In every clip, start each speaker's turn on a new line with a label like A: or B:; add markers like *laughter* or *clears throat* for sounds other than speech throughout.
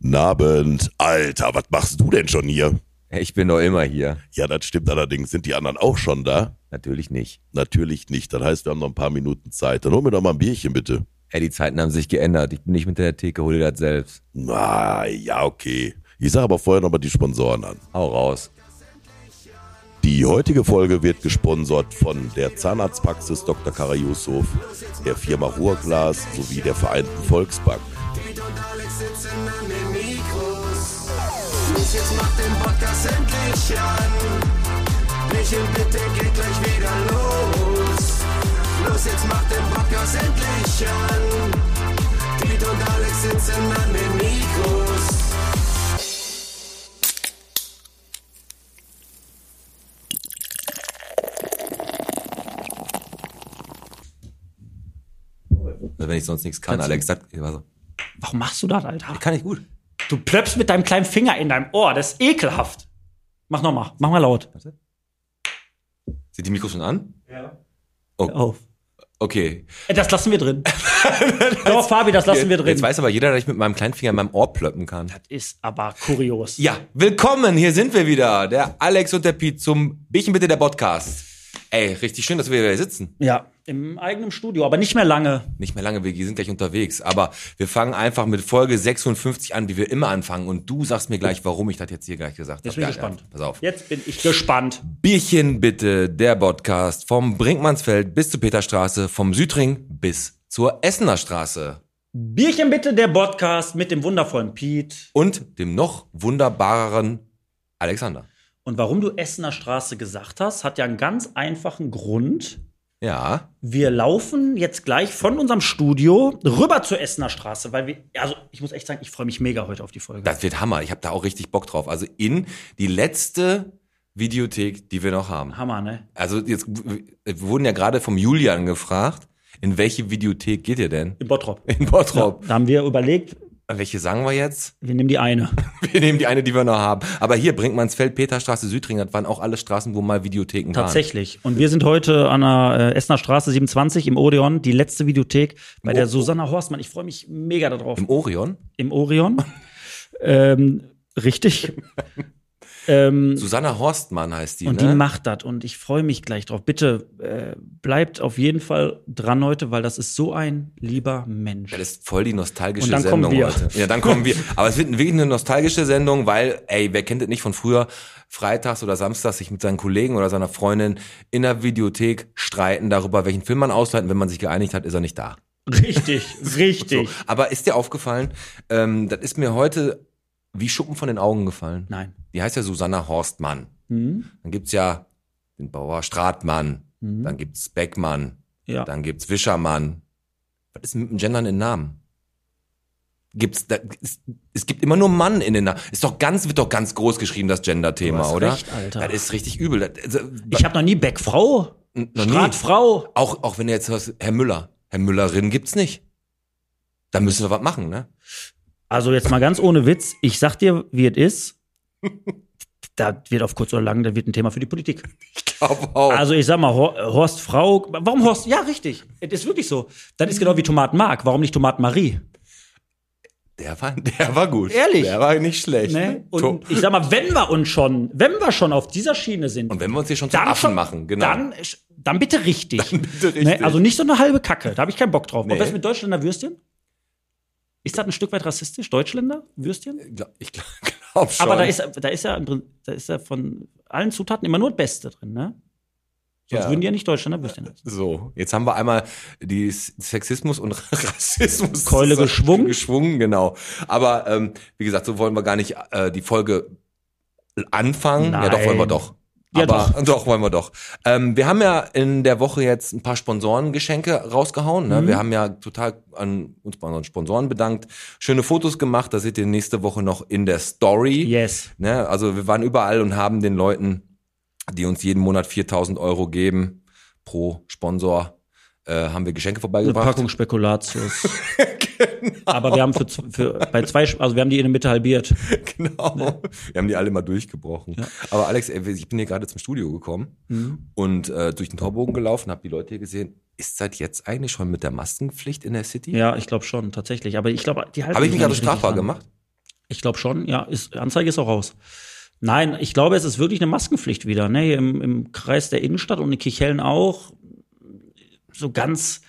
A: Nabend. Alter, was machst du denn schon hier?
B: Ich bin doch immer hier.
A: Ja, das stimmt allerdings. Sind die anderen auch schon da?
B: Natürlich nicht.
A: Natürlich nicht. Das heißt, wir haben noch ein paar Minuten Zeit. Dann hol mir doch mal ein Bierchen, bitte.
B: Ey, die Zeiten haben sich geändert. Ich bin nicht mit der Theke, hol dir das selbst.
A: Na, ja, okay. Ich sage aber vorher nochmal die Sponsoren an.
B: Hau raus.
A: Die heutige Folge wird gesponsert von der Zahnarztpraxis Dr. Kara Yusuf, der Firma Ruhrglas sowie der Vereinten Volksbank.
C: Piet und Alex sitzen an den Mikros. Los, jetzt macht den Podcast endlich an. Michel, bitte geht gleich wieder los. Los, jetzt macht den Podcast endlich an. Piet und Alex sitzen an den Mikros.
B: Also, Wenn ich sonst nichts kann, Alex. Das, also,
D: Warum machst du das, Alter?
B: kann ich gut.
D: Du plöppst mit deinem kleinen Finger in deinem Ohr. Das ist ekelhaft. Mach nochmal. Mach mal laut.
B: Sind die Mikros schon an? Oh.
D: Auf.
B: Okay.
D: Äh, Das lassen
B: *laughs*
D: wir drin. Doch, Fabi, das lassen wir drin.
B: Jetzt weiß aber jeder, dass ich mit meinem kleinen Finger in meinem Ohr plöppen kann.
D: ist aber kurios.
B: Ja, willkommen, hier sind wir wieder. Der Alex und der Piet zum Bierchen bitte der Podcast. Ey, richtig schön, dass wir hier sitzen.
D: Ja, im eigenen Studio, aber nicht mehr lange.
B: Nicht mehr lange, wir sind gleich unterwegs. Aber wir fangen einfach mit Folge 56 an, wie wir immer anfangen. Und du sagst mir gleich, warum ich das jetzt hier gleich gesagt habe.
D: Jetzt bin ich gespannt.
B: Pass auf.
D: Jetzt bin ich gespannt.
B: Bierchen bitte, der Podcast vom Brinkmannsfeld bis zur Peterstraße, vom Südring bis zur Essener Straße
D: Bierchen bitte, der Podcast mit dem wundervollen Pete.
B: und dem noch wunderbareren Alexander.
D: Und warum du Essener Straße gesagt hast, hat ja einen ganz einfachen Grund.
B: Ja,
D: Wir laufen jetzt gleich von unserem Studio rüber zur Essener Straße, weil wir, also ich muss echt sagen, ich freue mich mega heute auf die Folge.
B: das wird Hammer. Ich habe da auch richtig Bock drauf. Also in die letzte Videothek, die wir noch haben.
D: Hammer, ne?
B: Also jetzt w- wir wurden ja gerade vom Julian gefragt, in welche Videothek geht ihr denn?
D: In Bottrop.
B: In Bottrop.
D: Da haben wir überlegt,
B: Welche sagen wir jetzt?
D: wir nehmen die eine.
B: Wir nehmen die eine, die wir noch haben. Aber hier, Brinkmannsfeld, Peterstraße, Südring, das waren auch alle Straßen, wo mal Videotheken waren.
D: Tatsächlich. Und wir sind heute an der äh, Essener Straße 27 im Odeon, die letzte Videothek bei der Susanna Horstmann. Ich freue mich mega darauf.
B: Oh. Im Orion?
D: Im Orion. ähm,
B: *laughs*
D: richtig. ähm,
B: Susanna Horstmann heißt die,
D: und
B: ne?
D: die macht das. Und ich freue mich gleich drauf. Bitte äh, bleibt auf jeden Fall dran heute, weil das ist so ein lieber Mensch.
B: das ist voll die nostalgische
D: Und dann kommen
B: Sendung
D: wir.
B: heute. Ja, dann
D: *laughs*
B: kommen wir. Aber es wird wirklich eine nostalgische Sendung, weil, ey, wer kennt das nicht von früher, freitags oder samstags sich mit seinen Kollegen oder seiner Freundin in der Videothek streiten darüber, welchen Film man ausleiht. Und Wenn man sich geeinigt hat, ist er nicht da.
D: Richtig,
B: *laughs* So.
D: richtig.
B: Aber ist dir aufgefallen, ähm, das ist mir heute wie Schuppen von den Augen gefallen.
D: Nein.
B: Die heißt ja Susanna Horstmann.
D: Hm?
B: Dann gibt's ja den Bauer Stratmann,
D: Mhm.
B: dann gibt's Beckmann,
D: Ja.
B: dann gibt's Wischermann. Was ist denn mit dem Gendern in Namen? Gibt's da, es, es gibt immer nur Mann in den Namen. Ist doch ganz wird doch ganz groß geschrieben das
D: Du
B: Gender-Thema,
D: hast
B: oder?
D: recht, Alter.
B: Das ist richtig übel. Das, also,
D: Ich habe noch nie Beckfrau,
B: noch nie.
D: Stratfrau.
B: auch auch wenn du jetzt hörst, Herr Müller, Herr Müllerin gibt's nicht. Da müssen wir was machen, ne? *laughs*
D: Also jetzt mal ganz ohne Witz, ich sag dir, wie es ist.
B: *laughs*
D: Da wird auf kurz oder lang, da wird ein Thema für die Politik.
B: Auf, auf.
D: Also ich sag mal, Hor- Horst Frau, warum Horst? Ja, richtig. Es ist wirklich so. Das ist genau wie Tomaten Mark. Warum nicht Tomaten Marie?
B: der war der war gut.
D: Ehrlich?
B: Der war nicht schlecht.
D: Ne?
B: To-
D: Und ich sag mal, wenn wir uns schon, wenn wir schon auf dieser Schiene sind,
B: Und wenn wir uns hier schon zum Affen
D: schon-
B: machen, genau.
D: Dann, dann bitte richtig. Dann
B: bitte richtig.
D: Also nicht so eine halbe Kacke. Da habe ich keinen Bock drauf.
B: Nee.
D: Und was mit Deutschländer Würstchen? Ist das ein Stück weit rassistisch? Deutschländer Würstchen?
B: Ich glaub- *laughs* ich glaube Äh, schon.
D: Aber da ist, da ist ja im Prin- da ist ja von allen Zutaten immer nur das Beste drin, ne? Sonst
B: Ja.
D: würden die ja nicht Deutschländer Würstchen heißen.
B: So, jetzt haben wir einmal die S- Sexismus und *laughs* Rassismus.
D: Keule geschwungen.
B: Geschwungen, genau. Aber ähm, wie gesagt, so wollen wir gar nicht äh, die Folge anfangen. Ja, doch,
D: Nein.
B: wollen wir doch.
D: Ja,
B: Aber *laughs* doch. wollen wir doch. Ähm, wir haben ja in der Woche jetzt ein paar Sponsorengeschenke rausgehauen.
D: Mhm.
B: Ne? Wir haben ja total an uns bei unseren Sponsoren bedankt. Schöne Fotos gemacht, das seht ihr nächste Woche noch in der Story.
D: Yes.
B: Ne? Also wir waren überall und haben den Leuten, die uns jeden Monat 4000 Euro geben pro Sponsor, äh, haben wir Geschenke
D: Eine
B: vorbeigebracht. *laughs*
D: Packung Spekulatius.
B: Genau.
D: Aber wir haben für, z- für bei zwei, Sch- also wir haben die in der Mitte halbiert.
B: Genau. Wir haben die alle mal durchgebrochen. Aber Alex, ey, ich bin hier gerade zum Studio gekommen
D: Mhm.
B: und äh, durch den Torbogen gelaufen, habe die Leute hier gesehen. Ist seit jetzt eigentlich schon mit der Maskenpflicht in der City?
D: Ja, ich glaube schon, tatsächlich. Aber ich glaube, die halten
B: Habe ich mich
D: noch
B: gerade
D: nicht richtig
B: strafbar
D: dran.
B: gemacht?
D: Ich glaube schon, ja. Ist, Anzeige ist auch raus. Nein, ich glaube, es ist wirklich eine Maskenpflicht wieder. Ne? Hier im, Im Kreis der Innenstadt und in Kichellen auch. So ganz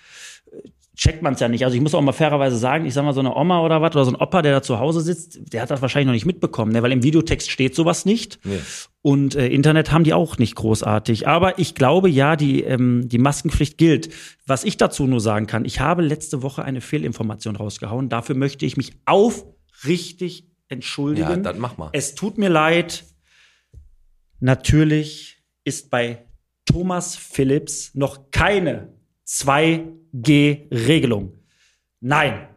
D: äh, checkt man es ja nicht. Also ich muss auch mal fairerweise sagen, ich sag mal, so eine Oma oder was oder so ein Opa, der da zu Hause sitzt, der hat das wahrscheinlich noch nicht mitbekommen, ne? weil im Videotext steht sowas nicht.
B: Nee.
D: Und äh, Internet haben die auch nicht großartig. Aber ich glaube ja, die, ähm, die Maskenpflicht gilt. Was ich dazu nur sagen kann, ich habe letzte Woche eine Fehlinformation rausgehauen. Dafür möchte ich mich aufrichtig entschuldigen.
B: Ja, dann mach mal.
D: Es tut mir leid. Natürlich ist bei Thomas Phillips noch keine 2G-Regelung. Nein.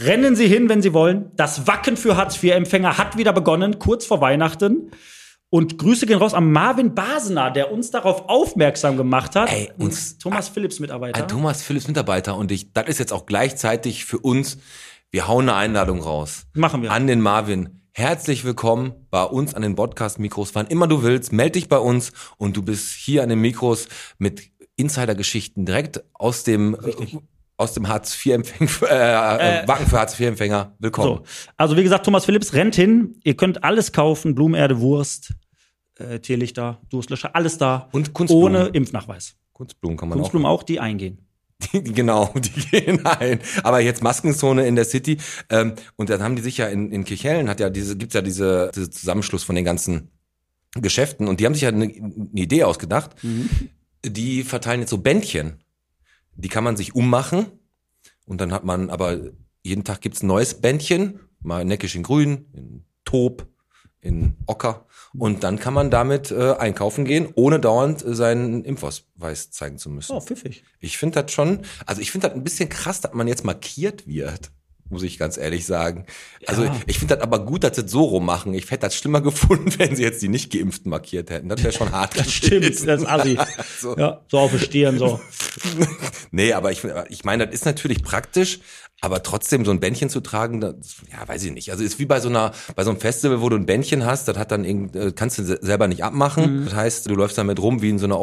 D: Rennen Sie hin, wenn Sie wollen. Das Wacken für Hartz-IV-Empfänger hat wieder begonnen, kurz vor Weihnachten. Und Grüße gehen raus an Marvin Basener, der uns darauf aufmerksam gemacht hat.
B: Ey, uns-
D: Thomas Phillips Mitarbeiter.
B: Ein Äh, Thomas Phillips Mitarbeiter und ich, das ist jetzt auch gleichzeitig für uns, wir hauen eine Einladung raus.
D: Machen wir.
B: An den Marvin. Herzlich willkommen bei uns an den Podcast-Mikros. Wann immer du willst, meld dich bei uns und du bist hier an den Mikros mit Insider-Geschichten direkt aus dem, äh, aus dem Hartz-IV-Empfänger, äh, äh, Wacken für Hartz-IV-Empfänger. Willkommen.
D: So. Also, wie gesagt, Thomas Phillips rennt hin. Ihr könnt alles kaufen: Blumenerde, Wurst, äh, Teelichter, Durstlöscher, alles da.
B: Und Kunstblumen.
D: ohne Impfnachweis.
B: Kunstblumen kann man
D: Kunstblumen auch, die eingehen.
B: Die- *laughs* Genau, die gehen ein. Aber jetzt Maskenzone in der City. Ähm, und dann haben die sich ja in, in Kirchhellen, hat ja diese, gibt's ja diese, diese Zusammenschluss von den ganzen Geschäften. Und die haben sich ja eine, eine Idee ausgedacht. Die verteilen jetzt so Bändchen. Die kann man sich ummachen. Und dann hat man aber jeden Tag gibt's ein neues Bändchen. Mal neckisch in Grün, in Tob, in Ocker. Und dann kann man damit äh, einkaufen gehen, ohne dauernd äh, seinen Impfausweis zeigen zu müssen.
D: Oh, pfiffig.
B: Ich finde das schon, also ich finde das ein bisschen krass, dass man jetzt markiert wird, muss ich ganz ehrlich sagen. Also
D: Ja.
B: ich finde das aber gut, dass sie es so rum machen. Ich hätte das schlimmer *laughs* gefunden, wenn sie jetzt die nicht geimpften markiert hätten. Das wäre schon hart
D: Stimmt, das
B: *laughs*
D: ist assi.
B: So.
D: Ja, so auf die Stirn, so.
B: Nee, aber ich, ich meine, das ist natürlich praktisch, aber trotzdem so ein Bändchen zu tragen, das, ja, weiß ich nicht. Also ist wie bei so einer, bei so einem Festival, wo du ein Bändchen hast, das hat dann irgend, äh, kannst du se- selber nicht
D: Mhm.
B: abmachen. Das heißt, du läufst damit rum wie in so einer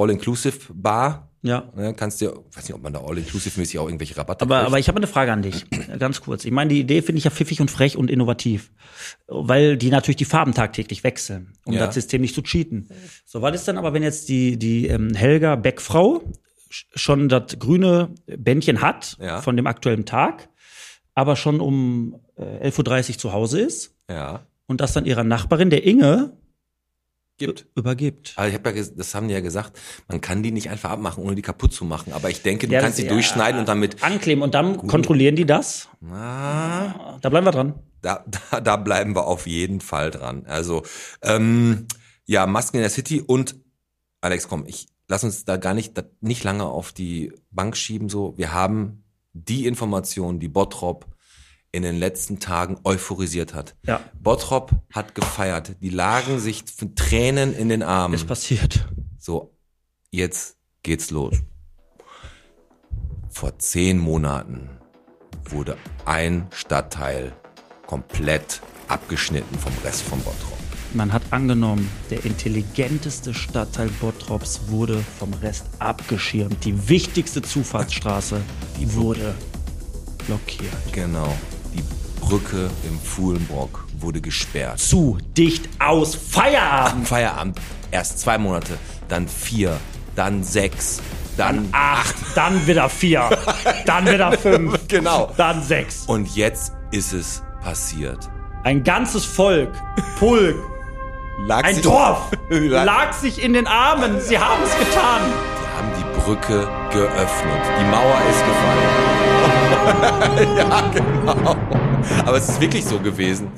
B: All-Inclusive-Bar.
D: Ja.
B: Ne, kannst dir, weiß nicht, ob man da All-Inclusive-mäßig auch irgendwelche Rabatte
D: Aber,
B: kriegt.
D: aber ich habe eine Frage an dich, ganz kurz. Ich meine, die Idee finde ich ja pfiffig und frech und innovativ, weil die natürlich die Farben tagtäglich wechseln, um
B: Ja.
D: das System nicht zu cheaten. So, was ist dann aber, wenn jetzt die, die ähm, Helga Beckfrau sch- schon das grüne Bändchen hat
B: Ja.
D: von dem aktuellen Tag, aber schon um äh, 11.30 Uhr zu Hause ist
B: ja.
D: und das dann ihrer Nachbarin, der Inge,
B: Gibt. Ah,
D: übergibt?
B: Aber ich habe ja, ges- das haben die ja gesagt, man kann die nicht einfach abmachen, ohne die kaputt zu machen. Aber ich denke, du
D: Ja,
B: kannst
D: das-
B: sie durchschneiden und damit,
D: Ankleben und dann kontrollieren die das.
B: na,
D: Da bleiben wir dran.
B: da, da, da bleiben wir auf jeden Fall dran. Also, ähm, ja, Masken in der City und Alex, komm, ich lass uns da gar nicht, da, nicht lange auf die Bank schieben. So, wir haben die Information, die Bottrop in den letzten Tagen euphorisiert hat.
D: Ja.
B: Bottrop hat gefeiert. Die lagen sich von Tränen in den Armen.
D: Ist passiert.
B: So, jetzt geht's los. Vor zehn Monaten wurde ein Stadtteil komplett abgeschnitten vom Rest von Bottrop.
D: Man hat angenommen, der intelligenteste Stadtteil Bottrops wurde vom Rest abgeschirmt. Die wichtigste Zufahrtsstraße wurde blockiert.
B: Genau. Die Brücke im Fuhlenbrock wurde gesperrt.
D: Zu dicht aus Feierabend.
B: Am Feierabend erst zwei Monate, dann vier, dann sechs, dann
D: Acht, dann wieder vier, dann wieder fünf,
B: Genau.
D: dann sechs.
B: Und jetzt ist es passiert.
D: Ein ganzes Volk, Pulk,
B: Lag
D: ein
B: sich- *laughs*
D: Dorf
B: Lag-
D: lag sich in den Armen. Sie haben es getan.
B: Wir haben die Brücke geöffnet. Die Mauer ist gefallen. *laughs* ja, genau. Aber es ist wirklich so gewesen.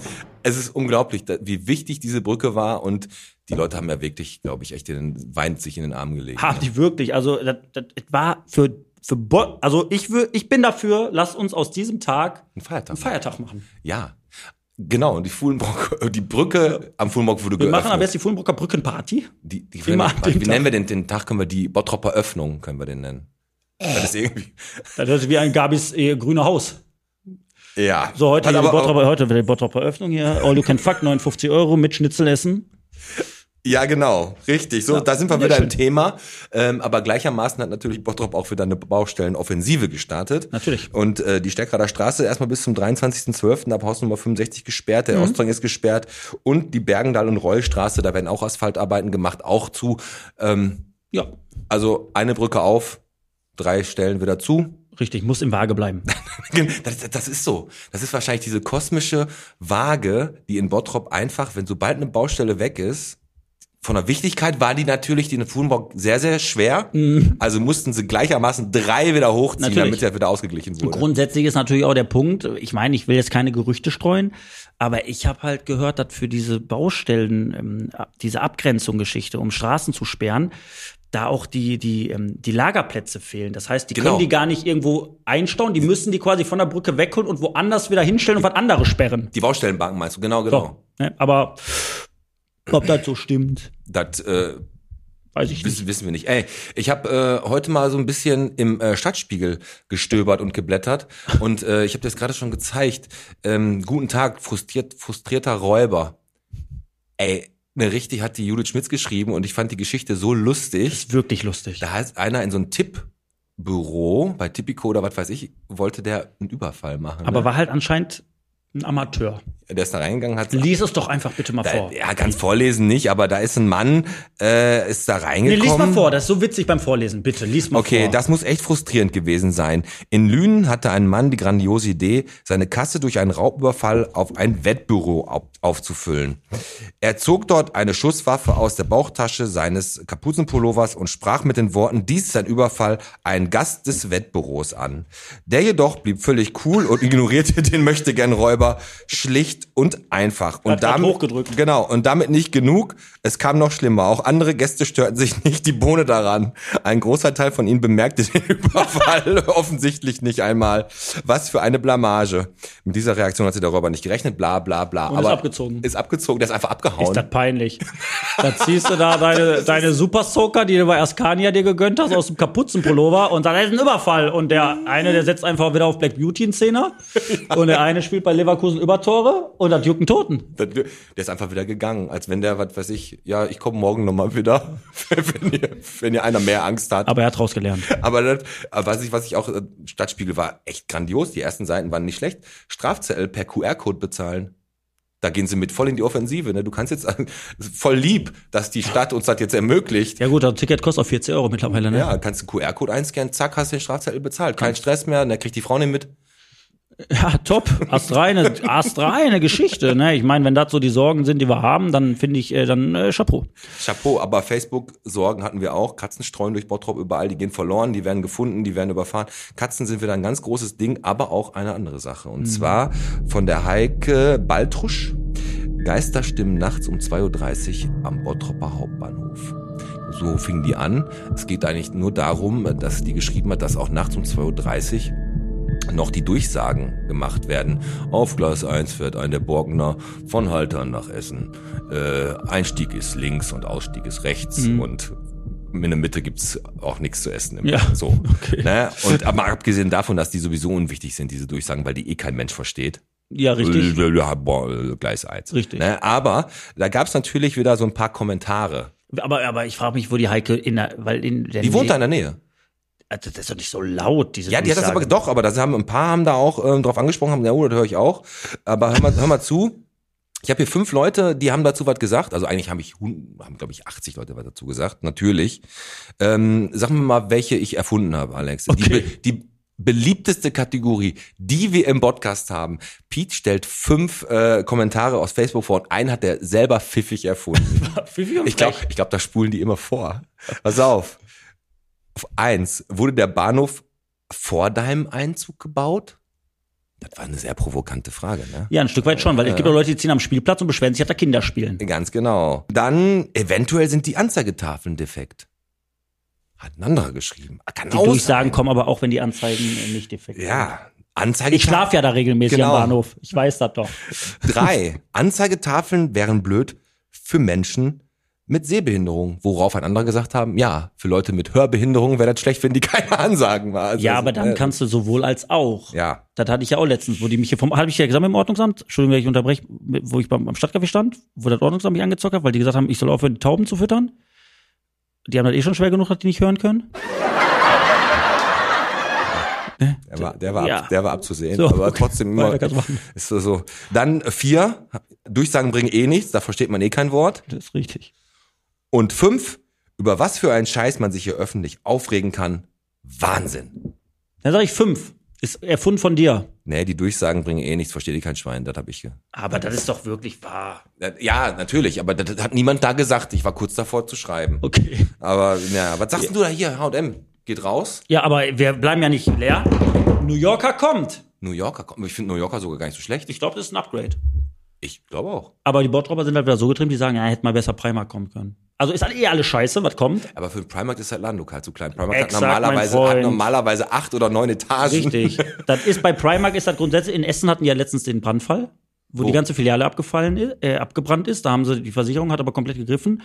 B: Es ist unglaublich, da- wie wichtig diese Brücke war und die Leute haben ja wirklich, glaube ich, echt den weint sich in den Arm gelegt.
D: Haben die wirklich. Also, das, das, das war für, für Bo Also, ich, wür- ich bin dafür, lass uns aus diesem Tag
B: Ein Feiertag.
D: einen Feiertag machen.
B: Ja. Genau, und die Fuhlenbrock, die Brücke am Fuhlenbrock wurde
D: Wir
B: geöffnet.
D: machen am besten die Fulmbrucker Brückenparty.
B: die, die
D: immer an dem
B: wie
D: Tag.
B: nennen wir den, den Tag? Können wir die Bottropper Öffnung, können wir den nennen? Das
D: Äh.
B: ist irgendwie,
D: Das ist wie ein Gabis äh, grüne Haus.
B: ja.
D: So, heute,
B: Hat
D: die
B: aber auch-
D: Bottroper, heute wieder die Bottroper Öffnung hier. All you can fuck, 59 Euro mit Schnitzel essen.
B: Ja, genau, richtig. So,
D: Ja,
B: da sind wir
D: sehr
B: wieder im
D: schön.
B: Thema. Ähm, aber gleichermaßen hat natürlich Bottrop auch wieder eine Baustellenoffensive gestartet.
D: Natürlich.
B: Und äh, die Steckrader Straße erstmal bis zum 23.12. ab Hausnummer 65 gesperrt, der
D: Mhm.
B: Ostring ist gesperrt und die Bergendal- und Rollstraße, da werden auch Asphaltarbeiten gemacht, auch zu. Ähm,
D: Ja,
B: also eine Brücke auf, drei Stellen wieder zu.
D: richtig, muss im
B: *laughs*
D: Waage bleiben.
B: Gen- Das, das- das ist so. Das ist wahrscheinlich diese kosmische Waage, die in Bottrop einfach, wenn sobald eine Baustelle weg ist, von der Wichtigkeit war die natürlich die in Fuhlenbrock sehr, sehr schwer. Also mussten sie gleichermaßen drei wieder hochziehen,
D: Natürlich.
B: damit der wieder ausgeglichen wurde.
D: Grundsätzlich ist natürlich auch der Punkt, ich meine, ich will jetzt keine Gerüchte streuen, aber ich habe halt gehört, dass für diese Baustellen, ähm, ab- diese Abgrenzungsgeschichte, um Straßen zu sperren, da auch die, die, ähm, die Lagerplätze fehlen. Das heißt, die
B: Genau.
D: können die gar nicht irgendwo einstauen, die müssen die quasi von der Brücke wegholen und woanders wieder hinstellen und was anderes sperren.
B: die Baustellenbanken meinst du, genau, genau.
D: So, ne? Aber ob das so stimmt,
B: Das äh,
D: weiß ich nicht.
B: wissen, wissen wir nicht. Ey, ich habe äh, heute mal so ein bisschen im äh, Stadtspiegel gestöbert und geblättert und äh, ich habe das gerade schon gezeigt. Ähm, guten Tag, frustriert, frustrierter Räuber. Ey, ne, richtig hat die Judith Schmitz geschrieben und ich fand die Geschichte so lustig.
D: Ist wirklich lustig.
B: Da heißt einer in so ein Tippbüro bei Tippico oder was weiß ich, wollte der einen Überfall machen.
D: Aber
B: ne?
D: war halt anscheinend ein Amateur.
B: der ist da reingegangen, hat
D: Lies es doch einfach bitte mal
B: da,
D: vor.
B: ja ganz vorlesen nicht, aber da ist ein Mann, äh, ist da
D: Nee,
B: reingekommen.
D: lies mal vor, das ist so witzig beim Vorlesen. Bitte, lies mal
B: Okay,
D: vor.
B: das muss echt frustrierend gewesen sein. In Lünen hatte ein Mann die grandiose Idee, seine Kasse durch einen Raubüberfall auf ein Wettbüro auf aufzufüllen. Er zog dort eine Schusswaffe aus der Bauchtasche seines Kapuzenpullovers und sprach mit den Worten, dies ist ein Überfall, einen Gast des Wettbüros an. Der jedoch blieb völlig cool und *laughs* ignorierte den Möchtegern-Räuber schlicht und einfach. Und
D: Hat grad
B: damit,
D: hochgedrückt.
B: Genau, und damit nicht genug. Es kam noch schlimmer. Auch andere Gäste störten sich *laughs* nicht die Bohne daran. Ein großer Teil von ihnen bemerkte den *laughs* Überfall offensichtlich nicht einmal. Was für eine Blamage. Mit dieser Reaktion hatte der Räuber nicht gerechnet, bla bla bla.
D: Und ist abgezogen.
B: Ist abgezogen, der ist einfach abgehauen.
D: Ist
B: *laughs*
D: das peinlich. Da ziehst du da deine, deine Super Soaker, die du bei Askania dir gegönnt hast, aus dem Kapuzenpullover und dann ist ein Überfall. Und der eine, der setzt einfach wieder auf Black Beauty in Szene. Und der eine spielt bei Leverkusen Übertore und das juckt einen Toten.
B: Das- der ist einfach wieder gegangen, als wenn der, was weiß ich, ja, ich komme morgen nochmal wieder, *laughs* wenn ihr, wenn ihr einer mehr Angst hat.
D: Aber er hat rausgelernt.
B: Aber das, aber was ich, was ich auch, äh, Stadtspiegel war echt grandios. Die ersten Seiten waren nicht schlecht. Strafzettel per QR-Code bezahlen. Da gehen sie mit voll in die Offensive. Ne? Du kannst jetzt *laughs* äh, voll lieb, dass die Stadt uns das jetzt ermöglicht.
D: Ja gut, das Ticket kostet auch 40 Euro mittlerweile, ne?
B: Ja, kannst einen QR-Code einscannen, zack, hast den Strafzettel bezahlt. Kein Stress mehr, und dann kriegt die Frau nicht mit.
D: Ja, top. Astreine, astreine Geschichte, ne? Ich meine, wenn das so die Sorgen sind, die wir haben, dann finde ich, äh, dann äh, Chapeau.
B: Chapeau, aber Facebook-Sorgen hatten wir auch. Katzen streuen durch Bottrop überall, die gehen verloren, die werden gefunden, die werden überfahren. Katzen sind wieder ein ganz großes Ding, aber auch eine andere Sache. Und zwar von der Heike Baltrusch. Geisterstimmen nachts um 2.30 Uhr am Bottroper Hauptbahnhof. So fing die an. Es geht eigentlich nur darum, dass die geschrieben hat, dass auch nachts um 2.30 Uhr noch die Durchsagen gemacht werden. Auf Gleis 1 fährt ein der Borgner von Haltern nach Essen. Äh, Einstieg ist links und Ausstieg ist rechts und in der Mitte gibt's auch nichts zu essen. Im
D: Mhm. Ja,
B: so. Ne? Und aber abgesehen davon, dass die sowieso unwichtig sind, diese Durchsagen, weil die eh kein Mensch versteht. Äh,
D: Ja, richtig.
B: Ja, boah, Gleis 1.
D: Richtig.
B: Ne? Aber da gab's natürlich wieder so ein paar Kommentare.
D: Aber, aber ich frage mich, wo die Heike in der, weil in der
B: Die wohnt da in der Nähe.
D: Also, das ist doch nicht so laut, diese
B: Ja, die hat das aber
D: Durchsage.
B: doch, aber das haben ein paar haben da auch ähm, drauf angesprochen, haben, ja, oh, das höre ich auch. Aber hör mal, hör mal zu. Ich habe hier fünf Leute, die haben dazu was gesagt. Also eigentlich haben ich, hun- haben glaube ich 80 Leute was dazu gesagt. Natürlich. Ähm, sag mir mal, welche ich erfunden habe, Alex. Die, be- die beliebteste Kategorie, die wir im Podcast haben. Pete stellt fünf äh, Kommentare aus Facebook vor und einen hat er selber pfiffig erfunden. Ich glaube, ich glaub, da spulen die immer vor. Pass auf. Auf eins wurde der Bahnhof vor deinem Einzug gebaut? Das war eine sehr provokante Frage, ne?
D: Ja, ein Stück weit schon, weil es gibt auch Leute, die ziehen am Spielplatz und beschweren sich, dass da Kinder spielen.
B: Ganz genau. Dann, eventuell sind die Anzeigetafeln defekt. Hat ein anderer geschrieben. Kann
D: Die
B: auch
D: Durchsagen
B: sein.
D: kommen aber auch, wenn die Anzeigen äh, nicht defekt sind.
B: Ja. Anzeigetafeln.
D: Ich schlafe ja da regelmäßig
B: Genau.
D: am Bahnhof. Ich weiß das doch.
B: Drei. Anzeigetafeln wären blöd für Menschen mit Sehbehinderung, worauf ein anderer gesagt haben, ja, für Leute mit Hörbehinderung wäre das schlecht, wenn die keine Ansagen waren. Also,
D: Ja, aber dann
B: äh,
D: kannst du sowohl als auch.
B: Ja.
D: Das hatte ich ja auch letztens, wo die mich hier vom, habe ich ja gesagt im Ordnungsamt, Entschuldigung, wenn ich unterbreche, wo ich beim, am Stadtcafé stand, wo das Ordnungsamt mich angezockt hat, weil die gesagt haben, ich soll aufhören, die Tauben zu füttern. Die haben das eh schon schwer genug, dass die nicht hören können.
B: Der war, der war,
D: Ja.
B: ab, der war abzusehen,
D: So,
B: aber
D: okay.
B: trotzdem immer,
D: *laughs* Weiter kannst du machen.
B: ist das so. Dann äh, vier, Durchsagen bringen eh nichts, da versteht man eh kein Wort.
D: Das ist richtig.
B: Und fünf, über was für einen Scheiß man sich hier öffentlich aufregen kann, Wahnsinn.
D: Dann sage ich fünf. Ist erfunden von dir.
B: Nee, die Durchsagen bringen eh nichts, versteht eh kein Schwein, das habe ich. ge- äh,
D: Aber das ist doch wirklich wahr.
B: Ja, natürlich, aber das hat niemand da gesagt. Ich war kurz davor zu schreiben.
D: Okay.
B: Aber, ja, was sagst denn du da hier? H&M geht raus.
D: Ja, aber wir bleiben ja nicht leer. New Yorker kommt.
B: New Yorker, kommt- ich finde New Yorker sogar gar nicht so schlecht.
D: Ich glaube, das ist ein Upgrade.
B: Ich glaube auch.
D: Aber die Bottropper sind halt wieder so getrieben, die sagen, ja, hätte mal besser Primark kommen können. Also ist halt eh alles scheiße, was kommt.
B: Aber für den Primark ist halt Ladenlokal zu klein. Primark
D: Exakt,
B: hat,
D: mein
B: normalerweise, hat
D: Freund.
B: normalerweise acht oder neun Etagen.
D: Richtig. das ist bei Primark ist das grundsätzlich. In Essen hatten die ja letztens den Brandfall, wo
B: Oh.
D: die ganze Filiale abgefallen ist, äh, abgebrannt ist. Da haben sie, die Versicherung hat aber komplett gegriffen.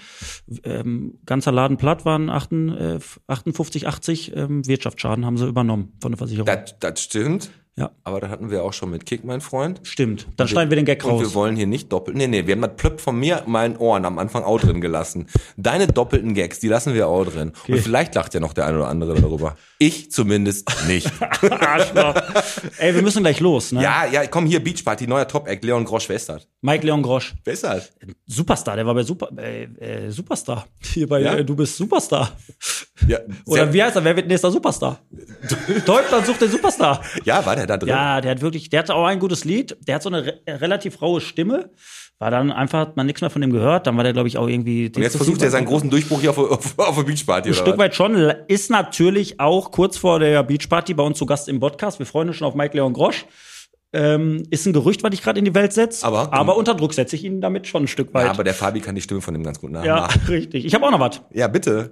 D: Ähm, ganzer Laden platt waren 58, äh, 58 80 ähm, Wirtschaftsschaden haben sie übernommen von der Versicherung.
B: *laughs* Das, das stimmt.
D: ja,
B: Aber das hatten wir auch schon mit Kick, mein Freund.
D: stimmt. Dann schneiden wir den Gag
B: Also, Und wir
D: raus.
B: wollen hier nicht doppelt. Nee, nee, wir haben das Plöpp von mir, meinen Ohren am Anfang auch drin gelassen. Deine doppelten Gags, die lassen wir auch drin. Und vielleicht lacht ja noch der eine oder andere darüber. Ich zumindest nicht.
D: *laughs* Arschloch. Ey, wir müssen gleich los, ne?
B: ja, ja, komm hier, Beachparty, neuer Top-Act, Leon Grosch, wer ist das?
D: Mike Leon Grosch.
B: Wer ist das?
D: Superstar, der war bei Super, äh, äh, Superstar. Hier bei
B: Ja?
D: äh, Du bist Superstar.
B: Ja,
D: Oder
B: sehr-
D: wie heißt er? Wer wird
B: *laughs*
D: nächster Superstar? Deutschland sucht den Superstar.
B: ja, war der da drin?
D: Ja, der hat wirklich, der hatte auch ein gutes Lied. Der hat so eine re relativ raue Stimme. War dann einfach, hat man nichts mehr von dem gehört. Dann war der, glaube ich, auch irgendwie.
B: Und jetzt versucht er seinen großen Durchbruch hier auf, auf, auf der Beachparty,
D: ein
B: oder
D: Stück
B: was?
D: weit schon, ist natürlich auch kurz vor der Beachparty bei uns zu Gast im Podcast. Wir freuen uns schon auf Mike Leon Grosch. Ähm, ist ein Gerücht, was ich gerade in die Welt setze.
B: Aber-
D: aber unter Druck setze ich ihn damit schon ein Stück weit.
B: Ja, aber der Fabi kann die Stimme von dem ganz gut
D: ja
B: nachmachen.
D: richtig. Ich habe auch noch was.
B: Ja, bitte.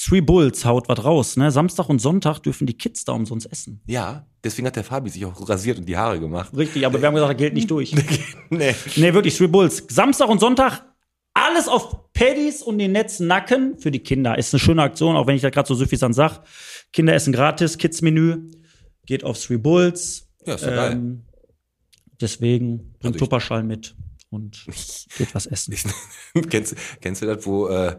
D: Three Bulls haut was raus. Ne? Samstag und Sonntag dürfen die Kids da umsonst essen.
B: Ja, deswegen hat der Fabi sich auch rasiert und die Haare gemacht. *laughs*
D: Richtig, aber wir haben gesagt, das gilt nicht durch.
B: nee. *laughs*
D: nee, wirklich, Three Bulls. Samstag und Sonntag alles auf Paddies und den Netznacken für die Kinder. Ist eine schöne Aktion, auch wenn ich das gerade so süffisant sag. Kinder essen gratis, Kids-Menü. Geht auf Three Bulls. Ähm,
B: Ja, ist doch geil.
D: Deswegen bringt
B: ich-
D: Tupperschalen mit
B: *laughs*
D: und geht was essen.
B: kennst, kennst du das, wo äh,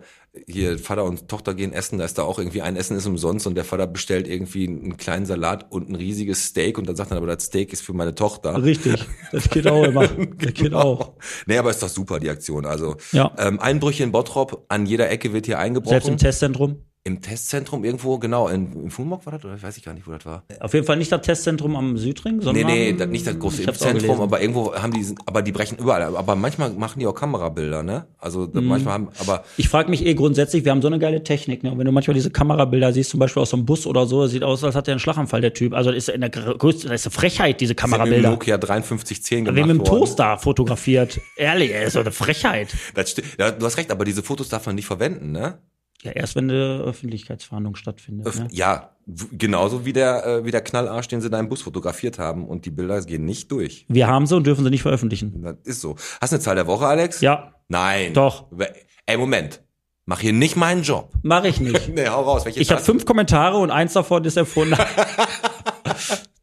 B: hier Vater und Tochter gehen essen, da ist da auch irgendwie ein Essen ist umsonst und der Vater bestellt irgendwie einen kleinen Salat und ein riesiges Steak und dann sagt dann aber, das Steak ist für meine Tochter.
D: Richtig, das geht auch
B: *laughs*
D: immer. Das geht
B: Genau.
D: auch.
B: Nee, aber ist doch super, die Aktion. Also
D: Ja.
B: ähm, Einbrüche in Bottrop, an jeder Ecke wird hier eingebrochen.
D: Selbst im Testzentrum.
B: Im Testzentrum irgendwo, genau, in, im Fulmok war das, oder ich weiß ich gar nicht, wo das war.
D: Auf jeden Fall nicht das Testzentrum am Südring, sondern.
B: Nee, nee, das, nicht das große
D: Ich hab's auch
B: Impfzentrum,
D: gelesen.
B: aber irgendwo haben die, aber die brechen überall. ab. Aber manchmal machen die auch Kamerabilder, ne? Also
D: Mhm.
B: manchmal haben, aber
D: Ich frage mich eh grundsätzlich, wir haben so eine geile Technik, ne? Und wenn du manchmal diese Kamerabilder siehst, zum Beispiel aus so einem Bus oder so, sieht aus, als hat der einen Schlaganfall, der Typ. Also das ist eine gr- größte, das ist eine Frechheit, diese
B: sind mit dem
D: Kamerabilder.
B: Nokia 5310
D: Wer
B: gemacht
D: mit dem
B: worden.
D: Toaster fotografiert. Ehrlich, ey, ist so eine Frechheit.
B: Das sti- ja, du hast recht, aber diese Fotos darf man nicht verwenden, ne?
D: Ja, erst wenn eine Öffentlichkeitsfahndung stattfindet.
B: Öff-
D: ne?
B: Ja, w- genauso wie der, äh, wie der Knallarsch, den sie in deinem Bus fotografiert haben und die Bilder gehen nicht durch.
D: Wir haben sie und dürfen sie nicht veröffentlichen.
B: Das ist so. Hast du eine Zahl der Woche, Alex?
D: Ja,
B: Nein.
D: Doch.
B: We- Ey, Moment. Mach hier nicht meinen Job.
D: mache ich nicht.
B: Nee, hau raus. Welche
D: Ich habe
B: Zahl-
D: fünf Kommentare und eins davon
B: *laughs*
D: ist erfunden.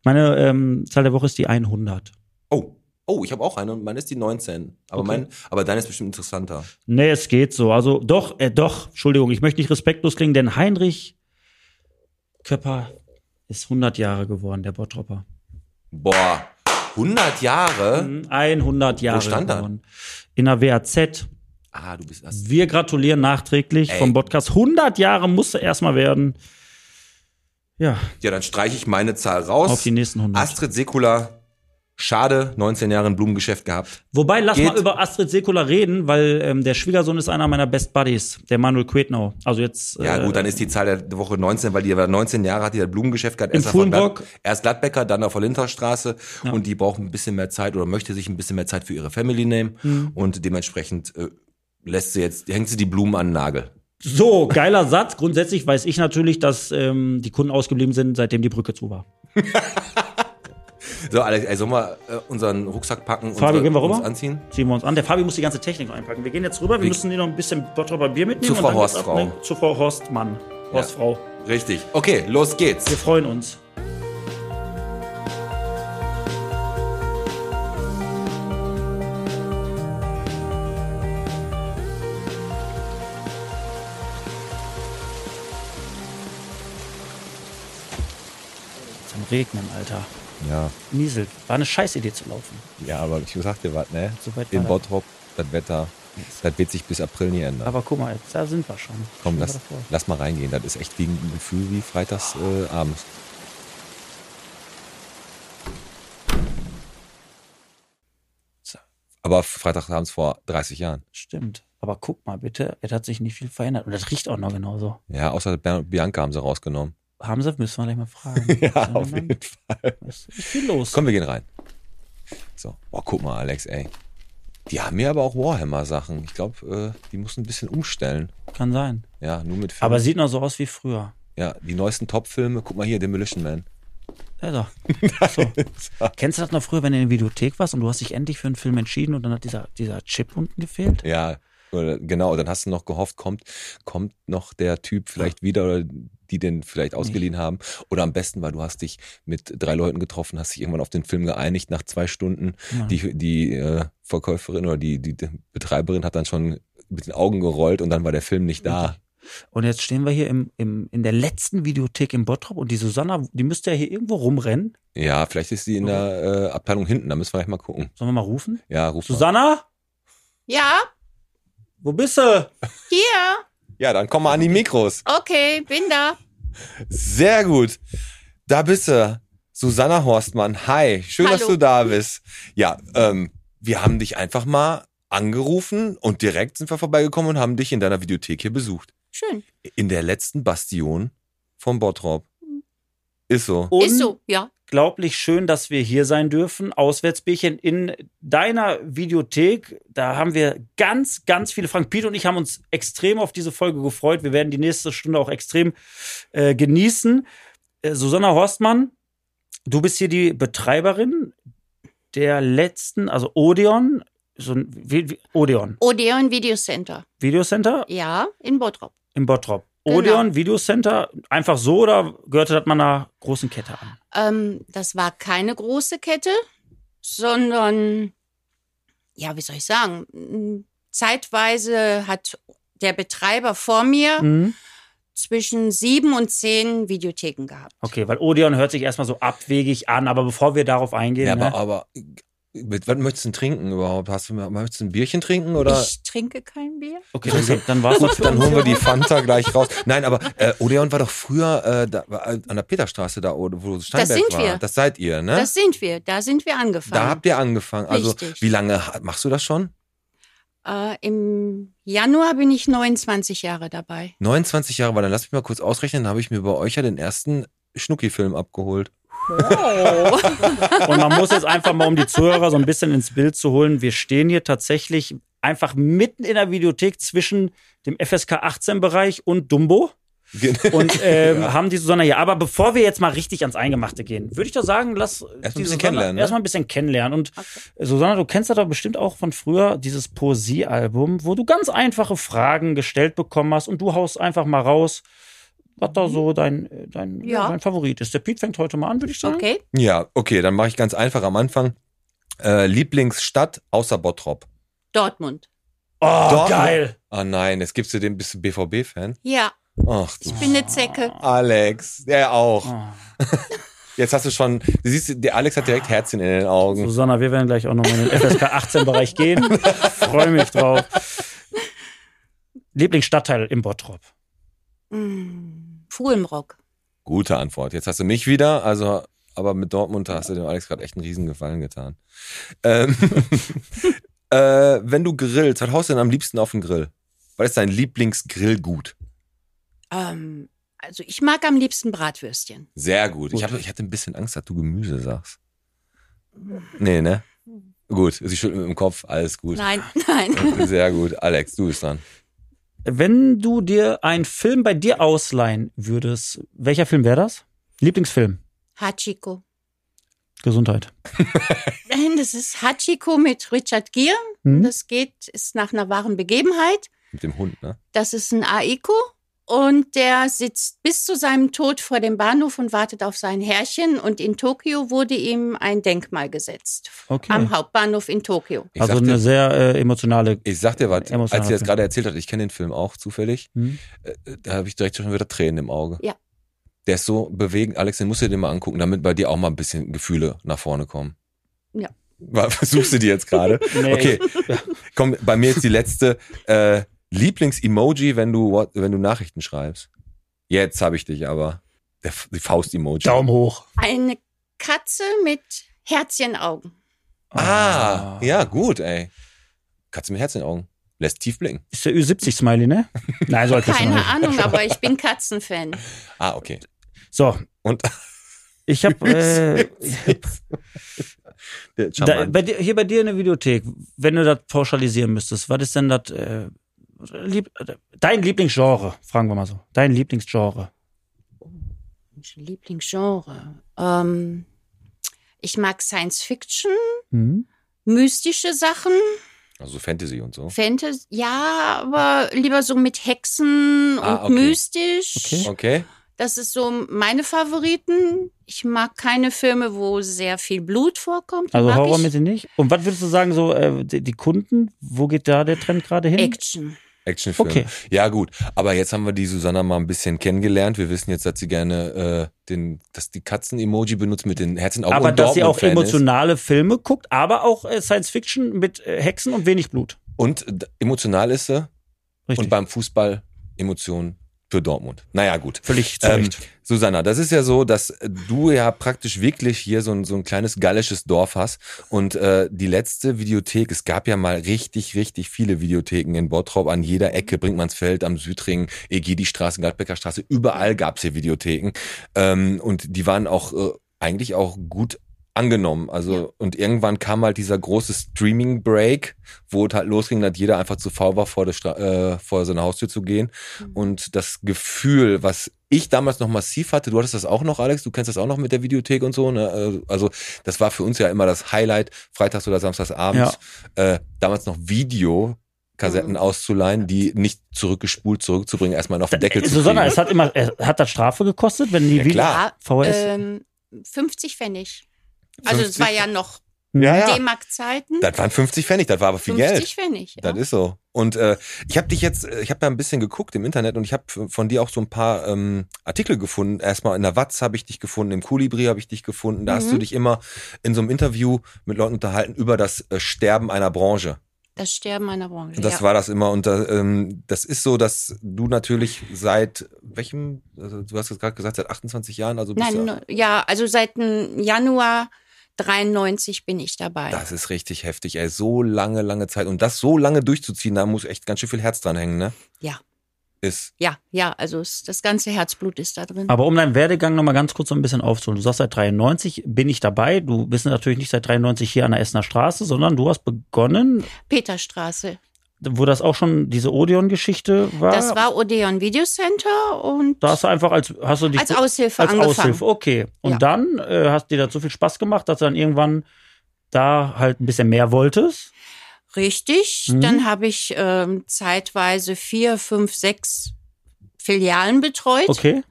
D: Meine ähm, Zahl der Woche ist die 100.
B: Oh. Oh, ich habe auch eine und meine ist die 19. Aber
D: Okay.
B: mein, aber deine ist bestimmt interessanter.
D: Nee, es geht so. Also doch, äh, doch, Entschuldigung, ich möchte nicht respektlos klingen, denn Heinrich Köpper ist 100 Jahre geworden, der Bottropper.
B: Boah. 100 Jahre?
D: 100 Jahre
B: stand er?
D: geworden. In der WAZ.
B: Ah, du bist erst.
D: Wir gratulieren nachträglich
B: Ey.
D: vom Podcast. 100 Jahre muss er erstmal werden. Ja,
B: Ja, dann streiche ich meine Zahl raus.
D: auf die nächsten 100.
B: Astrid Sekula, schade, 19 Jahre ein Blumengeschäft gehabt.
D: Wobei, lass
B: Geht.
D: mal über Astrid Sekula reden, weil ähm, der Schwiegersohn ist einer meiner Best Buddies, der Manuel Quetnau. Also jetzt.
B: Ja,
D: äh,
B: gut, dann ist die Zahl der Woche 19, weil die war 19 Jahre hat die das Blumengeschäft gehabt.
D: Im
B: erst auf der
D: Fuhlenbrock.
B: Glatt- erst Gladbecker, dann auf der Linterstraße. Und die braucht ein bisschen mehr Zeit oder möchte sich ein bisschen mehr Zeit für ihre Family nehmen.
D: Mhm.
B: Und dementsprechend äh, lässt sie jetzt, hängt sie die Blumen an den Nagel.
D: So, geiler Satz. Grundsätzlich weiß ich natürlich, dass ähm, die Kunden ausgeblieben sind, seitdem die Brücke zu war.
E: So, Alex, ey, sollen wir äh, unseren Rucksack packen und
D: Fabi,
E: so-
D: gehen wir rüber?
E: uns anziehen?
D: Ziehen wir uns an. Der Fabi muss die ganze Technik einpacken. Wir gehen jetzt rüber. Wir
E: Wie-
D: müssen hier noch ein bisschen Bottroper Bier mitnehmen.
E: Zu Frau
D: dann geht's ab,
E: Horstfrau.
D: ne? Zu Frau Horstmann. Horstfrau.
E: Richtig. Okay, los geht's.
D: Wir freuen uns. Ist am Regnen, Alter.
B: Ja,
D: Niesel, war eine Scheißidee zu laufen.
B: ja aber ich sag dir was, ne?
D: So weit war
B: In
D: das.
B: Bottrop, das Wetter, das wird sich bis April nie ändern.
D: Aber guck mal, jetzt, da sind wir schon.
B: Komm,
D: Schon
B: lass,
D: davor.
B: lass mal reingehen. Das ist echt wie ein Gefühl wie freitags äh, abends. So. Aber freitagsabends vor 30 Jahren.
D: Stimmt. Aber guck mal bitte, es hat sich nicht viel verändert. Und das riecht auch noch genauso.
B: Ja, außer Ber- Bianca haben sie rausgenommen.
D: Haben sie, müssen wir gleich mal fragen.
B: *laughs* Ja,
D: Sondern
B: auf jeden Fall.
D: Ist nicht viel los.
B: Komm, wir gehen rein. So. Boah, guck mal, Alex, ey. Die haben mir aber auch Warhammer-Sachen. Ich glaube, äh, die mussten ein bisschen umstellen.
D: Kann sein.
B: Ja, nur mit Filmen.
D: Aber sieht noch so aus wie früher.
B: ja, die neuesten Top-Filme. Guck mal hier, Demolition Man.
D: Also. *laughs* So. Kennst du das noch früher, wenn du in der Videothek warst und du hast dich endlich für einen Film entschieden und dann hat dieser, dieser Chip unten gefehlt?
B: Ja, oder, genau. Dann hast du noch gehofft, kommt, kommt noch der Typ vielleicht wieder oder die den vielleicht ausgeliehen haben. Oder am besten, weil du hast dich mit drei Leuten getroffen, hast dich irgendwann auf den Film geeinigt. Nach zwei Stunden
D: Ja.
B: die, die äh, Verkäuferin oder die, die die Betreiberin hat dann schon mit den Augen gerollt und dann war der Film nicht da.
D: Und jetzt stehen wir hier im, im, in der letzten Videothek im Bottrop und die Susanna, die müsste ja hier irgendwo rumrennen.
B: Ja, vielleicht ist die in der äh, Abteilung hinten. Da müssen wir gleich mal gucken.
D: Sollen wir mal rufen?
B: Ja, ruf mal.
D: Susanna?
C: Ja,
D: Wo bist du?
C: hier.
B: Ja, dann komm mal an die Mikros.
C: Okay, bin da.
B: Sehr gut. Da bist du. Susanna Horstmann. Hi. Schön, dass
C: Hallo.
B: du da bist. Ja, ähm, wir haben dich einfach mal angerufen und direkt sind wir vorbeigekommen und haben dich in deiner Videothek hier besucht.
C: Schön.
B: In der letzten Bastion von Bottrop. Ist so.
C: Ist so, ja.
D: unglaublich schön, dass wir hier sein dürfen. Auswärtsbierchen in deiner Videothek. Da haben wir ganz, ganz viele Fragen. Piet und ich haben uns extrem auf diese Folge gefreut. Wir werden die nächste Stunde auch extrem äh, genießen. Äh, Susanna Horstmann, du bist hier die Betreiberin der letzten, also Odeon, so ein Vi- Vi- Odeon
C: Odeon Video Center.
D: Videocenter
C: Ja, in Bottrop.
D: im Bottrop.
C: Genau.
D: Odeon Videocenter, einfach so oder gehörte das mal einer großen Kette an?
C: Ähm, das war keine große Kette, sondern, ja, wie soll ich sagen, zeitweise hat der Betreiber vor mir
D: Mhm.
C: zwischen sieben und zehn Videotheken gehabt.
D: Okay, weil Odeon hört sich erstmal so abwegig an, aber bevor wir darauf eingehen,
B: Ja, aber,
D: ne?
B: aber äh, mit was möchtest du denn trinken überhaupt? Hast du, möchtest du ein Bierchen trinken oder?
C: Ich trinke kein Bier.
D: okay, dann,
B: *laughs*
D: dann war's das.
B: Dann holen wir die Fanta gleich raus. Nein, aber äh, Odeon war doch früher äh, da, war, äh, an der Peterstraße da, wo wo Steinberg
C: sind
B: war.
C: wir.
B: Das seid ihr, ne?
C: Das sind wir. Da sind wir
B: Da
C: angefangen.
B: habt ihr angefangen. Also
C: Richtig.
B: wie lange ha- machst du das schon?
C: äh, Im Januar bin ich 29 Jahre dabei.
B: 29 Jahre, weil dann lass mich mal kurz ausrechnen, dann habe ich mir bei euch ja den ersten Schnucki-Film abgeholt.
C: Oh.
D: Und man muss jetzt einfach mal, um die Zuhörer so ein bisschen ins Bild zu holen, wir stehen hier tatsächlich einfach mitten in der Videothek zwischen dem FSK 18-Bereich und Dumbo und ähm, haben die Susanne hier. Aber bevor wir jetzt mal richtig ans Eingemachte gehen, würde ich doch sagen, lass
B: ein
D: die
B: bisschen
D: Susanne
B: kennenlernen, ne?
D: erstmal ein bisschen kennenlernen. Und Susanne, du kennst das doch bestimmt auch von früher, dieses Poesie-Album, wo du ganz einfache Fragen gestellt bekommen hast und du haust einfach mal raus, was da so dein, äh, dein,
C: Mhm. Ja.
D: dein Favorit ist. Der Piet fängt heute mal an, würde ich sagen.
C: Okay.
B: *laughs* Ja, okay, dann mache ich ganz einfach am Anfang. Äh, Lieblingsstadt außer Bottrop.
C: Dortmund.
D: Oh,
B: Dortmund.
D: geil.
B: Ah nein, jetzt gibst du den, bist du BVB-Fan?
C: Ja,
B: Ach du.
C: ich bin eine Zecke.
B: Alex, der auch.
D: Oh.
B: Jetzt hast du schon, du siehst, der Alex hat direkt Herzchen in den Augen.
D: Oh, Susanna, wir werden gleich auch nochmal in den FSK
B: *laughs*
D: 18-Bereich gehen. Freue mich drauf. Lieblingsstadtteil im Bottrop.
C: Mm, Fuhlenrock.
B: Gute Antwort. Jetzt hast du mich wieder, also, aber mit Dortmund hast du dem Alex gerade echt einen riesen Gefallen getan. Ähm, *laughs* äh, wenn du grillst, was haust du denn am liebsten auf den Grill? Was ist dein Lieblingsgrillgut?
C: Ähm, also ich mag am liebsten Bratwürstchen.
B: Sehr gut. Ich, hab, ich hatte ein bisschen Angst, dass du Gemüse sagst. Nee, ne? Gut, sie schüttelt mit dem Kopf, alles gut.
C: Nein, *laughs* nein.
B: Sehr gut. Alex, du bist dran.
D: Wenn du dir einen Film bei dir ausleihen würdest, welcher Film wäre das? Lieblingsfilm.
C: Hachiko.
D: Gesundheit.
C: Nein, das ist Hachiko mit Richard Gere.
D: Hm?
C: Das geht, ist nach einer wahren Begebenheit.
B: Mit dem Hund, ne?
C: Das ist ein Aiko und der sitzt bis zu seinem Tod vor dem Bahnhof und wartet auf sein Herrchen. Und in Tokio wurde ihm ein Denkmal gesetzt.
D: Okay.
C: Am Hauptbahnhof in Tokio.
B: Ich
D: also
B: sag dir-
D: eine sehr äh, emotionale.
B: Ich sag dir was,
D: Äh, Emotional
B: als sie das
D: Film.
B: gerade erzählt hat, ich kenne den Film auch zufällig,
D: Hm?
B: äh, da habe ich direkt schon wieder Tränen im Auge.
C: Ja.
B: Der ist so bewegend. Alex, den musst du dir mal angucken, damit bei dir auch mal ein bisschen Gefühle nach vorne kommen.
C: Ja.
B: War- Versuchst du die jetzt
D: *laughs*
B: gerade?
D: Nee,
B: Okay, komm, bei mir jetzt die letzte. Äh, Lieblings-Emoji, wenn du, what- wenn du Nachrichten schreibst. Jetzt habe ich dich aber. Der, F- die Faust-Emoji.
D: Daumen hoch.
C: Eine Katze mit Herzchenaugen.
B: Ah, ja, gut, ey. Katze mit Herz in den Augen. Lässt tief blicken.
D: Ist der Ü70-Smiley, ne? Nein, sollte das
C: Keine
D: nicht.
C: Ahnung, aber ich
D: *laughs*
C: bin Katzenfan.
B: Ah, okay.
D: So,
B: Und *laughs*
D: ich habe äh,
B: der
D: *laughs* da,
B: Charmant.
D: bei, dir- hier bei dir in der Videothek, wenn du das pauschalisieren müsstest, was ist denn das äh, lieb, äh, dein Lieblingsgenre? Fragen wir mal so. Dein Lieblingsgenre.
C: Lieblingsgenre. Ähm, ich mag Science Fiction,
D: Hm?
C: mystische Sachen.
B: also Fantasy und so.
C: Fantasy, ja, aber lieber so mit Hexen und
B: Ah, okay.
C: mystisch.
D: Okay.
B: Okay.
C: Das ist so meine Favoriten. Ich mag keine Filme, wo sehr viel Blut vorkommt. Die
D: Also
C: mag
D: Horror
C: ich.
D: mit dir nicht. Und was würdest du sagen, so äh, die, die Kunden, wo geht da der Trend gerade hin?
C: Action.
B: Actionfilm.
D: Okay.
B: Ja, gut. Aber jetzt haben wir die Susanna mal ein bisschen kennengelernt. Wir wissen jetzt, dass sie gerne äh, den, dass die Katzen-Emoji benutzt mit den Herzen Augen
D: aber
B: und
D: dass sie auch
B: Dortmund-Fan ist.
D: emotionale Filme guckt, aber auch äh, Science Fiction mit äh, Hexen und wenig Blut.
B: Und d- emotional ist sie.
D: Richtig.
B: Und beim Fußball Emotionen für Dortmund. Naja, gut.
D: Völlig zu
B: Ähm,
D: Recht.
B: Susanna, das ist ja so, dass äh, du ja praktisch wirklich hier so ein, so ein kleines gallisches Dorf hast. Und äh, die letzte Videothek, es gab ja mal richtig, richtig viele Videotheken in Bottrop. An jeder Ecke, Brinkmannsfeld, am Südring, Egidi-Straße, Gladbecker Straße, überall gab's hier Videotheken. Ähm, und die waren auch äh, eigentlich auch gut angenommen. Also, und irgendwann kam halt dieser große Streaming-Break, wo es halt losging, dass jeder einfach zu faul war, vor, der Stra äh, vor seine Haustür zu gehen. Und das Gefühl, was ich damals noch massiv hatte, du hattest das auch noch, Alex, du kennst das auch noch mit der Videothek und so. Ne? Äh, Also, das war für uns ja immer das Highlight, freitags oder samstags abends, äh, damals noch Video. Kassetten auszuleihen, die nicht zurückgespult zurückzubringen, erstmal auf den Deckel zu
D: Susanna,
B: kriegen.
D: es hat immer, äh, hat das Strafe gekostet, wenn die
B: Ja,
D: Video-
B: klar.
C: Ja,
D: VHS.
C: Ähm, 50 Pfennig. Also es
B: 50?
C: war ja noch
B: Ah Ja, ja.
C: D-Mark-Zeiten.
B: Das waren 50 Pfennig, das war aber viel
C: 50
B: Geld.
C: Pfennig. Ja.
B: Das ist so. Und äh, ich habe dich jetzt, äh, ich habe da ein bisschen geguckt im Internet und ich habe von dir auch so ein paar ähm, Artikel gefunden. Erstmal in der Watz habe ich dich gefunden, im Kolibri habe ich dich gefunden. Da hast
C: Mhm.
B: du dich immer in so einem Interview mit Leuten unterhalten über das äh, Sterben einer Branche.
C: Das Sterben meiner Branche.
B: Und das
C: ja.
B: war das immer. Und da, ähm, das ist so, dass du natürlich seit welchem, also du hast jetzt gerade gesagt, seit 28 Jahren, also bist
C: Nein,
B: du,
C: ne- ja, also seit dem Januar 93 bin ich dabei.
B: Das ist richtig heftig, ey. So lange, lange Zeit. Und das so lange durchzuziehen, da muss echt ganz schön viel Herz dran hängen, ne?
C: Ja.
B: Ist.
C: Ja, ja, also es, das ganze Herzblut ist da drin.
D: Aber um deinen Werdegang nochmal ganz kurz so ein bisschen aufzuholen. Du sagst, seit 93 bin ich dabei. Du bist natürlich nicht seit 93 hier an der Essener Straße, sondern du hast begonnen,
C: Peterstraße.
D: wo das auch schon diese Odeon-Geschichte war.
C: Das war Odeon Video Center und
D: Da hast du einfach als, hast du dich
C: als Aushilfe
D: als
C: angefangen.
D: Aushilfe, okay. Und
C: Ja.
D: dann äh, hast dir das so viel Spaß gemacht, dass du dann irgendwann da halt ein bisschen mehr wolltest.
C: Richtig.
D: Mhm.
C: Dann habe ich ähm, zeitweise vier, fünf, sechs Filialen betreut.
D: Okay.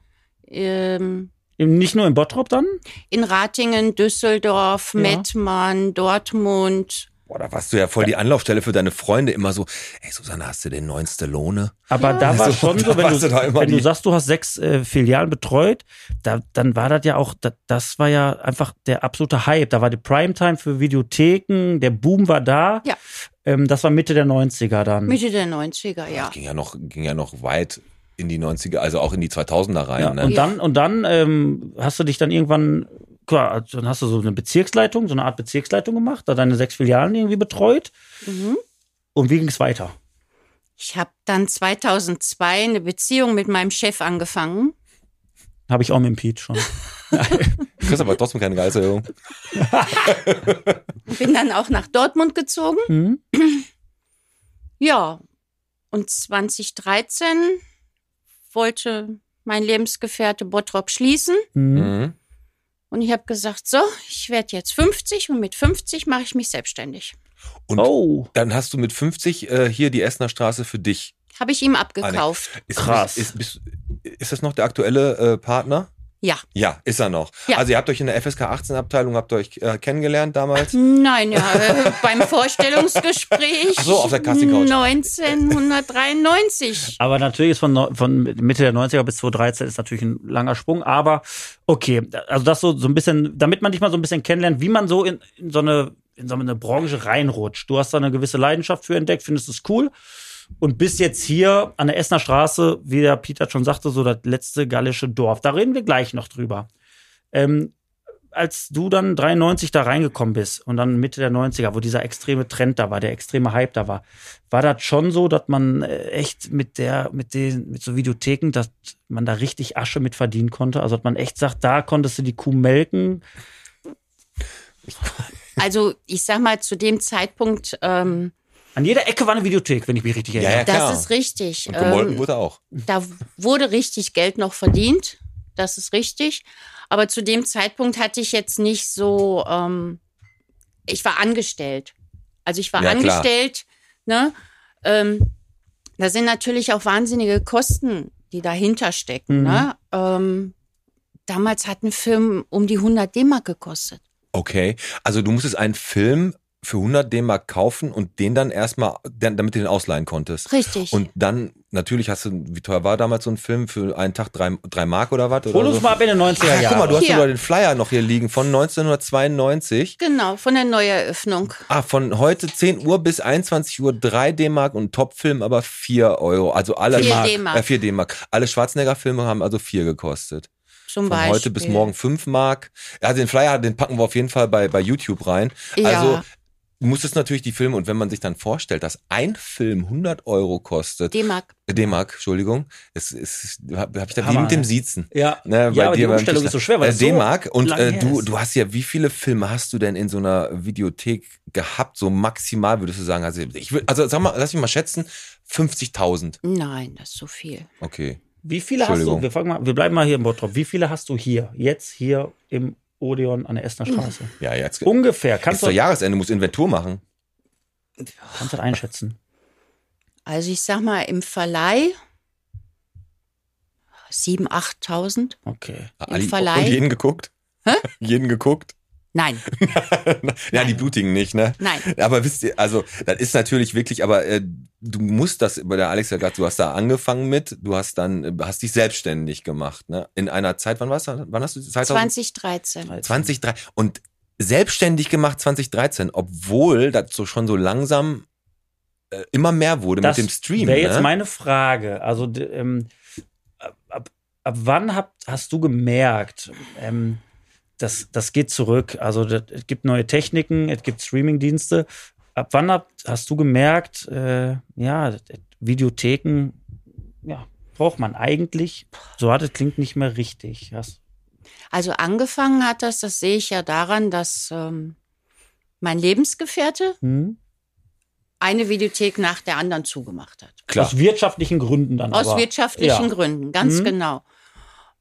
C: Ähm,
D: Eben Nicht nur in Bottrop dann?
C: in Ratingen, Düsseldorf,
D: Ja.
C: Mettmann, Dortmund.
B: Boah, da warst du ja voll die Anlaufstelle für deine Freunde. Immer so, ey, Susanne, hast du den neunste Lohne?
D: Aber da war
B: Also,
D: schon
B: da
D: so, wenn,
B: warst
D: du,
B: du da immer
D: wenn du
B: die-
D: sagst, du hast sechs äh, Filialen betreut, da, dann war das ja auch, da, das war ja einfach der absolute Hype. Da war die Primetime für Videotheken, der Boom war da.
C: Ja.
D: Ähm, das war Mitte der 90er dann.
C: Mitte der 90er, ja.
B: Das ging ja noch, ging ja noch weit in die 90er, also auch in die 2000er rein,
D: ja,
B: ne?
D: und dann, und dann ähm, hast du dich dann irgendwann, klar, also dann hast du so eine Bezirksleitung, so eine Art Bezirksleitung gemacht, da deine sechs Filialen irgendwie betreut. Und wie ging es weiter?
C: Mhm. Ich habe dann 2002 eine Beziehung mit meinem Chef angefangen.
D: Habe ich auch mit dem
B: *laughs*
D: Pete schon.
B: Du kriegst aber trotzdem keine Gehaltserhöhung.
C: Bin dann auch nach Dortmund gezogen.
D: Mhm.
C: Ja. Und 2013 wollte mein Lebensgefährte Bottrop schließen.
D: *laughs* Mhm.
B: Mhm.
C: Und ich habe gesagt, so, ich werde jetzt 50 und mit 50 mache ich mich selbstständig.
B: Und
D: Oh.
B: dann hast du mit 50 äh, hier die Essener Straße für dich.
C: Habe ich ihm abgekauft.
B: Ist,
D: Krass.
B: Ist, ist, ist das noch der aktuelle äh, Partner?
C: Ja.
B: Ja, ist er noch.
C: Ja.
B: Also ihr habt euch in der FSK 18 Abteilung habt ihr euch äh, kennengelernt
C: *laughs*
B: damals.
C: Nein, ja, äh, *laughs* beim Vorstellungsgespräch
B: Ach so, auf der Casting-Couch.
C: 1993.
D: Aber natürlich ist von, neu- von Mitte der 90er bis 2013 ist natürlich ein langer Sprung. Aber okay, also das so, so ein bisschen, damit man dich mal so ein bisschen kennenlernt, wie man so in, in so eine in so eine Branche reinrutscht. Du hast da eine gewisse Leidenschaft für entdeckt, findest es cool und bist jetzt hier an der Essener Straße, wie der Peter schon sagte, so das letzte gallische Dorf. Da reden wir gleich noch drüber. Ähm, als du dann 93 da reingekommen bist und dann Mitte der 90er, wo dieser extreme Trend da war, der extreme Hype da war, war das schon so, dass man äh, echt mit der, mit den, mit so Videotheken, dass man da richtig Asche mit verdienen konnte? Also, dass man echt sagt, da konntest du die Kuh melken.
C: Also ich sag mal, zu dem Zeitpunkt, ähm,
D: An jeder Ecke war eine Videothek, wenn ich mich richtig erinnere.
B: Ja, klar.
C: das ist richtig.
B: Und gemolken
C: Ähm,
B: wurde er auch.
C: da wurde richtig Geld noch verdient. Das ist richtig. Aber zu dem Zeitpunkt hatte ich jetzt nicht so, ähm, ich war angestellt. Also ich war
B: Ja, klar.
C: angestellt, ne? Ähm, da sind natürlich auch wahnsinnige Kosten, die dahinter stecken.
D: Mhm.
C: Ne? Ähm, damals hatten Firmen um die 100 D-Mark gekostet.
B: Okay, also du musstest einen Film für 100 D-Mark kaufen und den dann erstmal, dann- damit du den ausleihen konntest.
C: Richtig.
B: Und dann, natürlich hast du, wie teuer war damals so ein Film für einen Tag? Drei, drei Mark oder was?
D: Hol
B: Oder
D: uns
B: so?
D: mal ab in den 90er
B: Ach,
D: Jahren.
B: Ah, guck mal, du hast
C: Hier.
B: sogar den Flyer noch hier liegen von 1992.
C: genau, von der Neueröffnung.
B: Ah, von heute 10 Uhr bis 21 Uhr 3 D-Mark und Topfilm aber 4 Euro. Also alle
C: Vier
B: Mark-
C: D-Mark.
B: Äh, 4 D-Mark. Alle Schwarzenegger-Filme haben also 4 gekostet.
C: Zum
B: Von
C: Beispiel.
B: heute bis morgen 5 Mark. Ja, den Flyer, den packen wir auf jeden Fall bei, bei YouTube rein.
C: Ja.
B: Also muss es natürlich die Filme, und wenn man sich dann vorstellt, dass ein Film 100 Euro kostet,
C: D-Mark.
B: äh, D-Mark, Entschuldigung, es, es, habe hab ich da wie
D: Hammer,
B: mit dem
D: ne?
B: Siezen.
D: Ja,
B: Ne, bei
D: ja aber
B: dir
D: die
B: beim
D: Umstellung
B: Tischler.
D: ist so schwer, weil
B: äh,
D: das so
B: D-Mark und
D: lang
B: äh,
D: her
B: du,
D: ist.
B: du hast ja, wie viele Filme hast du denn in so einer Videothek gehabt? So maximal würdest du sagen, also ich will, also sag mal, lass mich mal schätzen, 50.000.
C: Nein, das ist so viel.
B: Okay.
D: Wie viele hast du?
B: Entschuldigung.
D: Wir, fangen mal, wir bleiben mal hier im Bottrop. Wie viele hast du hier, jetzt hier im Odeon an der Essener Straße?
B: Ja, jetzt ist
D: Ungefähr. Kannst
B: doch
D: du
B: Jahresende, musst Inventur machen.
D: kannst du das einschätzen?
C: Also ich sag mal, im Verleih 7.000, 8.000.
D: Okay.
B: Ali-
C: Verleih.
B: Und jeden geguckt? Hä? *laughs* jeden geguckt?
C: Nein,
B: ja, die blutigen nicht, ne? *laughs*
C: nein.
B: Aber wisst ihr, also das ist natürlich wirklich, aber äh, du musst das, bei der Alex ja gerade, du hast da angefangen mit, du hast dann, äh, hast dich selbstständig gemacht, ne? In einer Zeit, wann warst du, wann hast du, 2000,
C: 2013.
B: 20, und selbstständig gemacht 2013, obwohl das so schon so langsam äh, immer mehr wurde
D: Das
B: mit dem Stream.
D: Wäre jetzt
B: ne?
D: meine Frage. Also d- ähm, ab, ab, ab wann habt, hast du gemerkt, ähm, das, das geht zurück? Also das, es gibt neue Techniken, es gibt Streamingdienste. Ab wann habt, hast du gemerkt, äh, ja, das- das- Videotheken, ja, braucht man eigentlich? So hat es klingt nicht mehr richtig. Hast,
C: Also angefangen hat das, das sehe ich ja daran, dass ähm, mein Lebensgefährte
D: hm?
C: eine Videothek nach der anderen zugemacht hat.
B: Klar.
D: Aus wirtschaftlichen Gründen dann.
C: Aus
D: aber.
C: wirtschaftlichen
D: ja.
C: Gründen, ganz
D: Mhm.
C: genau.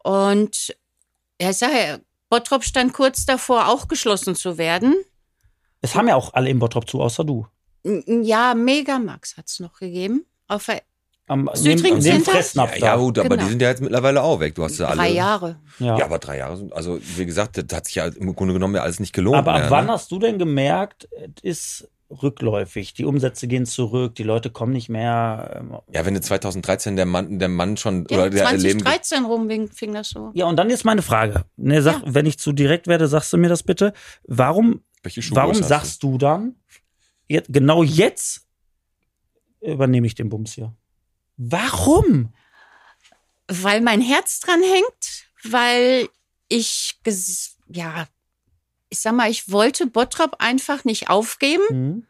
C: Und ja, ich sage ja, Bottrop stand kurz davor, auch geschlossen zu werden.
D: Es haben ja auch alle im Bottrop zu, außer du.
C: N- Ja, Megamax hat es noch gegeben. Auf der-
D: Am
C: Südring
D: neben, neben
C: Center?
D: Fressnapf
B: ja,
D: da.
B: ja, gut, aber
C: Genau.
B: die sind ja jetzt mittlerweile auch weg. Du hast ja alle.
C: drei Jahre.
D: Ja.
B: Ja, aber drei Jahre sind, also wie gesagt, das hat sich ja im Grunde genommen ja alles nicht gelohnt.
D: Aber ab
B: mehr,
D: wann
B: ne?
D: hast du denn gemerkt, es ist rückläufig, die Umsätze gehen zurück, die Leute kommen nicht mehr. ähm,
B: Ja, wenn du 2013 der Mann, der Mann schon
C: Ja,
B: oder der Leben
C: 2013 rum fing- fing das so.
D: Ja, und dann jetzt meine Frage. Ne, sag, Wenn ich zu direkt werde, sagst du mir das bitte. Warum,
B: Welche Schuhgröße
D: warum
B: hast
D: sagst du dann, jetzt, genau jetzt übernehme ich den Bums hier? Warum?
C: weil mein Herz dran hängt, weil ich, ges- ja, ich sag mal, ich wollte Bottrop einfach nicht aufgeben
D: Hm?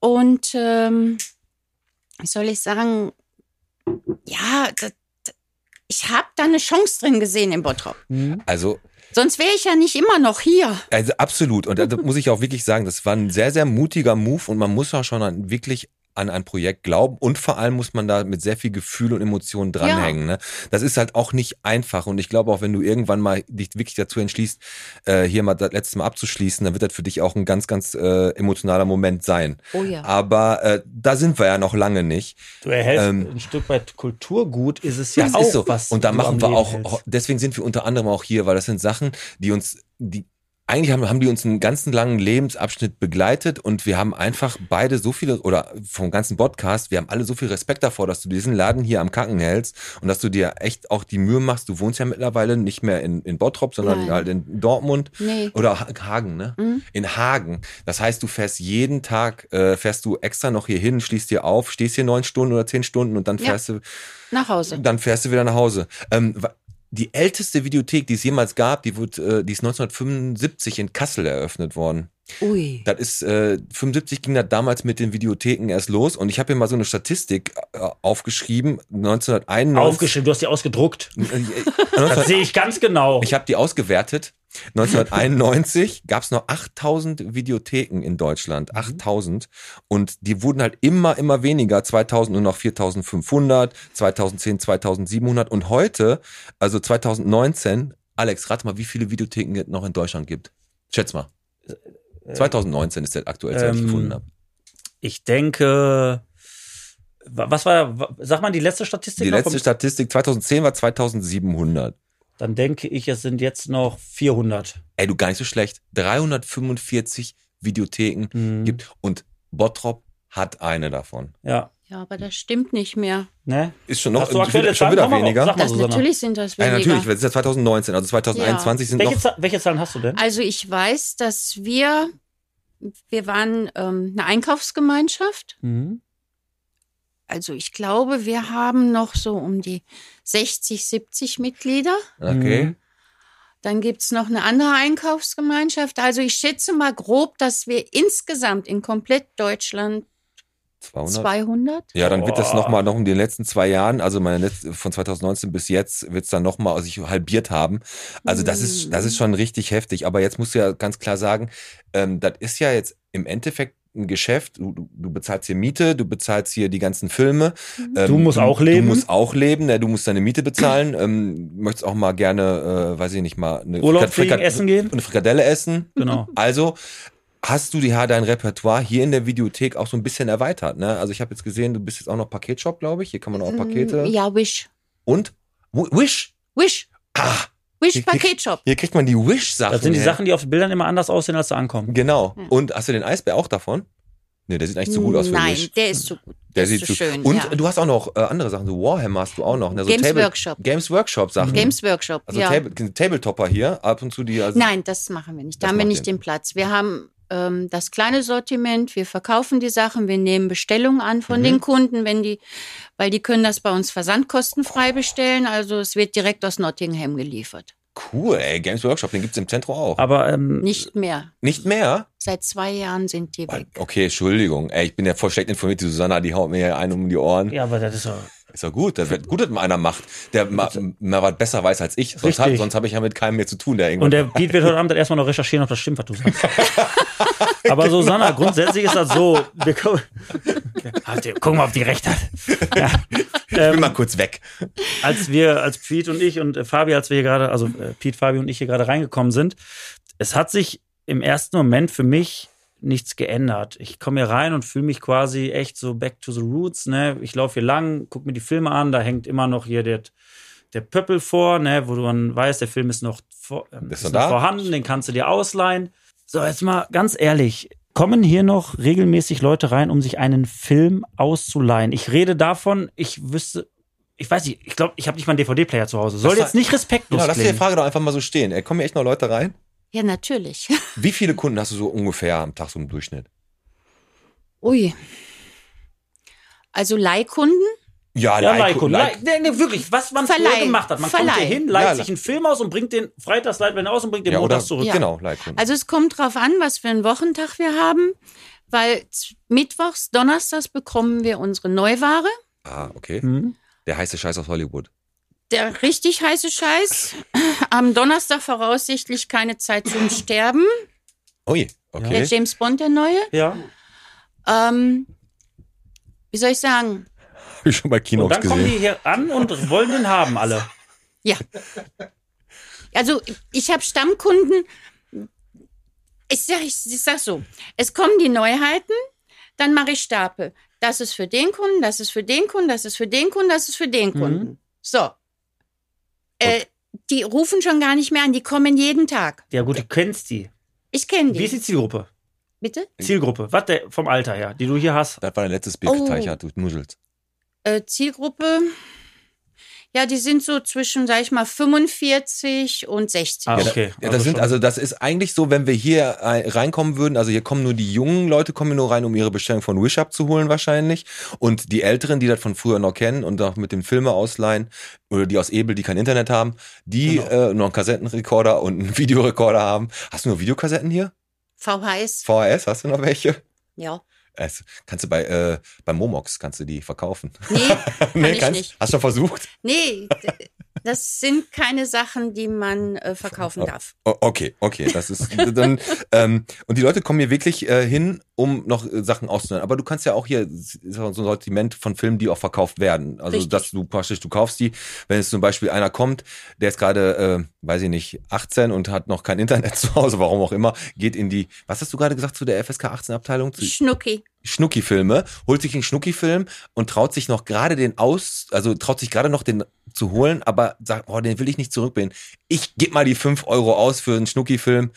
C: und, ähm, wie soll ich sagen, ja, da- da- ich habe da eine Chance drin gesehen in Bottrop.
D: Hm?
B: du? Also
C: Sonst wäre ich ja nicht immer noch hier.
B: Also absolut. Und da muss ich auch wirklich sagen, das war ein sehr, sehr mutiger Move und man muss auch schon an- wirklich an ein Projekt glauben und vor allem muss man da mit sehr viel Gefühl und Emotionen dranhängen. Ne? Das ist halt auch nicht einfach und ich glaube auch, wenn du irgendwann mal dich wirklich dazu entschließt, äh, hier mal das letzte Mal abzuschließen, dann wird das für dich auch ein ganz, ganz äh, emotionaler Moment sein.
C: Oh ja.
B: Aber äh, da sind wir ja noch lange nicht.
D: Du erhältst
B: Ähm,
D: ein Stück weit Kulturgut, ist es ja
B: Das
D: auch
B: ist so.
D: was.
B: und da
D: du am
B: machen wir
D: Leben
B: auch, oh,
D: hältst.
B: deswegen sind wir unter anderem auch hier, weil das sind Sachen, die uns, die eigentlich haben, haben die uns einen ganzen langen Lebensabschnitt begleitet und wir haben einfach beide so viele, oder vom ganzen Podcast, wir haben alle so viel Respekt davor, dass du diesen Laden hier am Kacken hältst und dass du dir echt auch die Mühe machst. Du wohnst ja mittlerweile nicht mehr in, in Bottrop, sondern
C: Nein.
B: halt in Dortmund.
C: Nee. Mhm.
B: Oder Ha- Hagen, ne? In Hagen. Das heißt, du fährst jeden Tag, äh, fährst du extra noch hier hin, schließt hier auf, stehst hier neun Stunden oder zehn Stunden und dann
C: Ja.
B: fährst du
C: Nach Hause.
B: dann fährst du wieder nach Hause. Ähm, wa- die älteste Videothek, die es jemals gab, die, wurde, äh, die ist 1975 in Kassel eröffnet worden.
C: Ui.
B: Das ist, äh, 75 ging das damals mit den Videotheken erst los und ich habe hier mal so eine Statistik äh, aufgeschrieben, 1991.
D: Aufgeschrieben, du hast die ausgedruckt.
B: Äh,
D: Das
B: 19,
D: sehe ich ganz genau.
B: ich habe die ausgewertet. 1991 gab es noch 8000 Videotheken in Deutschland. 8000. Und die wurden halt immer, immer weniger. 2000 nur noch 4500, 2010 2700. Und heute, also 2019, Alex, rate mal, wie viele Videotheken es noch in Deutschland gibt. Schätz mal. 2019 ist der aktuellste, den ich
D: ähm,
B: gefunden habe.
D: Ich denke, wa- was war, wa- sag mal die letzte Statistik?
B: Die
D: noch
B: letzte
D: vom-
B: Statistik 2010 war 2700.
D: Dann denke ich, es sind jetzt noch 400.
B: Ey, du gar nicht so schlecht. 345 Videotheken
D: Mhm.
B: gibt und Bottrop hat eine davon.
D: Ja.
C: Ja, aber das stimmt nicht mehr.
D: Ne?
B: Ist schon noch
D: Hast du aktuelle
B: wieder, schon
D: Zahlen?
B: wieder
D: Sag mal,
B: weniger.
D: sag mal,
C: Das
D: Susanna.
C: natürlich sind das
B: ja,
C: weniger.
B: natürlich, weil es ist ja 2019, also 2021 sind
D: Welche,
B: noch.
D: Zahl- welche Zahlen hast du denn?
C: Also ich weiß, dass wir, wir waren ähm, eine Einkaufsgemeinschaft.
D: Mhm.
C: Also ich glaube, wir haben noch so um die 60, 70 Mitglieder.
D: Mhm.
B: Okay.
C: Dann gibt's noch eine andere Einkaufsgemeinschaft. Also ich schätze mal grob, dass wir insgesamt in komplett Deutschland
B: 200.
C: 200.
B: Ja, dann wird das
D: Boah.
B: nochmal, noch in den letzten zwei Jahren, also meine letzte, von 2019 bis jetzt, wird's dann nochmal sich halbiert haben. Also das ist, das
D: Mhm.
B: ist schon richtig heftig. Aber jetzt musst du ja ganz klar sagen, ähm, das ist ja jetzt im Endeffekt ein Geschäft. Du, du, du bezahlst hier Miete, du bezahlst hier die ganzen Filme. Ähm,
D: Du musst auch leben.
B: Du musst auch leben, ne, du musst deine Miete bezahlen. *clears throat* ähm, möchtest auch mal gerne, äh, weiß ich nicht, mal eine,
D: Urlaub
B: Frikat-
D: fliegen, essen gehen?
B: eine Frikadelle essen.
D: Genau.
B: Also hast du ja dein Repertoire hier in der Videothek auch so ein bisschen erweitert. Ne? Also ich habe jetzt gesehen, du bist jetzt auch noch Paketshop, glaube ich. Hier kann man auch Pakete.
C: Mm, Ja, Wish.
B: Und W- Wish.
C: Wish.
B: Ah,
C: Wish
B: Hier-
C: Paketshop.
B: hier kriegt man die Wish-Sachen.
D: Das sind die
B: her.
D: Sachen, die auf den Bildern immer anders aussehen, als sie ankommen.
B: Genau.
C: Hm.
B: Und hast du den Eisbär auch davon? Nee, der sieht eigentlich zu gut aus für
C: Nein,
B: Wish. Also
C: der ist zu gut.
B: Der
C: ist
B: sieht
C: zu
B: zu
C: schön,
B: Und
C: ja.
B: du hast auch noch äh, andere Sachen. So Warhammer hast du auch noch. Ne? So
C: Games
B: Table
C: Workshop.
B: Games Workshop Sachen.
C: Games Workshop,
B: also
C: ja.
B: Table Tabletopper hier ab und zu die. Also
C: Nein, das machen wir nicht. Da
B: Das
C: haben wir
B: macht
C: nicht
B: ihr
C: den Platz. Wir haben ähm, das kleine Sortiment, wir verkaufen die Sachen, wir nehmen Bestellungen an von
B: Mhm.
C: den Kunden, wenn die, weil die können das bei uns versandkostenfrei bestellen. Also es wird direkt aus Nottingham geliefert.
B: Cool, ey. Games Workshop, den gibt's im Zentrum auch.
D: Aber ähm,
B: Äh.
C: Nicht mehr.
B: Nicht mehr?
C: Seit zwei Jahren sind die weg.
B: Okay, Entschuldigung. Ey, ich bin ja voll schlecht informiert. Die Susanna, die haut mir ja einen um die Ohren.
D: ja, aber das ist doch.
B: Ist ja gut. Das wird gut, dass mal einer macht, der mal, mal was besser weiß als ich. Sonst
D: Richtig.
B: habe sonst hab ich ja mit keinem mehr zu tun, der irgendwas.
D: Und der Beat wird heute Abend dann erstmal noch recherchieren, ob das stimmt, was
B: *laughs*
D: du sagst. Aber Susanna,
B: Genau.
D: grundsätzlich ist das so. Wir *laughs* gu- Halt, gucken wir, ob
B: *laughs*
D: die Ähm, recht hat.
B: ich bin mal kurz weg.
D: als wir, als Pete und ich und äh, Fabi, als wir hier gerade, also äh, Pete, Fabi und ich hier gerade reingekommen sind, es hat sich im ersten Moment für mich nichts geändert. Ich komme hier rein und fühle mich quasi echt so back to the roots, ne? Ich laufe hier lang, guck mir die Filme an, da hängt immer noch hier der, der Pöppel vor, ne? Wo du dann weißt, der Film ist noch, vor, ähm,
B: Ist
D: ist
B: er
D: noch
B: da?
D: vorhanden, den kannst du dir ausleihen. So, jetzt mal ganz ehrlich, kommen hier noch regelmäßig Leute rein, um sich einen Film auszuleihen? Ich rede davon, ich wüsste, ich weiß nicht, ich glaube, ich habe nicht mal einen DVD-Player zu Hause. Soll
B: Das war-
D: jetzt nicht respektlos
B: Genau, lass dir die
D: klingen.
B: Frage doch einfach mal so stehen. Ey, kommen hier echt noch Leute rein?
C: Ja, natürlich. *laughs*
B: Wie viele Kunden hast du so ungefähr am Tag so im Durchschnitt?
C: Ui. Also Leihkunden?
D: ja,
B: Leih-
D: Leihkunden.
B: Leih-
D: Leih, nee, nee, wirklich, was man früher
C: Verleih.
D: gemacht hat. Man kommt
C: Verleih.
D: hier hin, leiht
B: Ja,
D: sich einen Film aus und bringt den freitags leiht man ihn aus und bringt den
B: ja, oder,
D: montags zurück.
C: Ja.
B: Genau, Leihkunden.
C: Also es kommt drauf an, was für einen Wochentag wir haben, weil z- mittwochs, donnerstags bekommen wir unsere Neuware.
B: ah, okay.
D: Mhm.
B: Der heiße Scheiß aus Hollywood.
C: der richtig heiße Scheiß. Am Donnerstag voraussichtlich keine Zeit zum Sterben.
B: Ui, *laughs*
C: Der
B: okay.
C: James Bond, der neue.
D: Ja.
C: Ähm, wie soll ich sagen?
B: Hab ich schon bei
D: Und
B: Kinox
D: dann kommen
B: gesehen.
D: die hier an und wollen den haben alle.
C: Ja. Also ich habe Stammkunden. Ich sag, ich, ich sag so, es kommen die Neuheiten, dann mache ich Stapel. Das ist für den Kunden, das ist für den Kunden, das ist für den Kunden, das ist für
D: Mhm.
C: den Kunden. So. Äh, die rufen schon gar nicht mehr an, die kommen jeden Tag.
D: Ja gut, du kennst die.
C: Ich kenne
D: Wie ist
C: die.
D: die Zielgruppe?
C: Bitte?
D: Zielgruppe, was der vom Alter her, die du hier hast.
B: Das war dein letztes Bild,
C: Oh.
B: Teicher, du nuschelst.
C: Äh, Zielgruppe, ja, die sind so zwischen, sag ich mal, 45 und 60.
D: Ah, okay.
B: Ja, das sind,
D: schon-
B: also das ist eigentlich so, wenn wir hier äh, reinkommen würden, also hier kommen nur die jungen Leute, kommen hier nur rein, um ihre Bestellung von Wish abzuholen wahrscheinlich. Und die Älteren, die das von früher noch kennen und auch mit dem Filme ausleihen, oder die aus Ebel, die kein Internet haben, die
D: Genau.
B: äh, noch einen Kassettenrekorder und einen *laughs* Videorekorder haben. Hast du nur Videokassetten hier?
C: VHS,
B: VHS, hast du noch welche? *laughs*
C: ja.
B: Es- kannst du bei, äh, bei Momox kannst du die verkaufen. *laughs*
C: Nee, kann ich
B: kannst,
C: nicht.
B: Hast du versucht?
C: Nee, d- das sind keine Sachen, die man äh, verkaufen darf.
B: O- Okay, okay, das ist dann ähm, und die Leute kommen hier wirklich äh, hin, um noch äh, Sachen auszunehmen. Aber du kannst ja auch hier s- so ein Sortiment von Filmen, die auch verkauft werden. Also
C: Richtig.
B: dass du praktisch du kaufst die, wenn jetzt zum Beispiel einer kommt, der ist gerade, äh, weiß ich nicht, 18 und hat noch kein Internet *laughs* zu Hause, warum auch immer, geht in die, was hast du gerade gesagt zu der FSK 18 Abteilung? Zu
C: Schnucki.
B: Schnucki-Filme, holt sich einen Schnucki-Film und traut sich noch gerade den aus, also traut sich gerade noch den zu holen, aber sagt, boah, den will ich nicht zurückbinden. Ich gebe mal die 5 Euro aus für einen Schnucki-Film,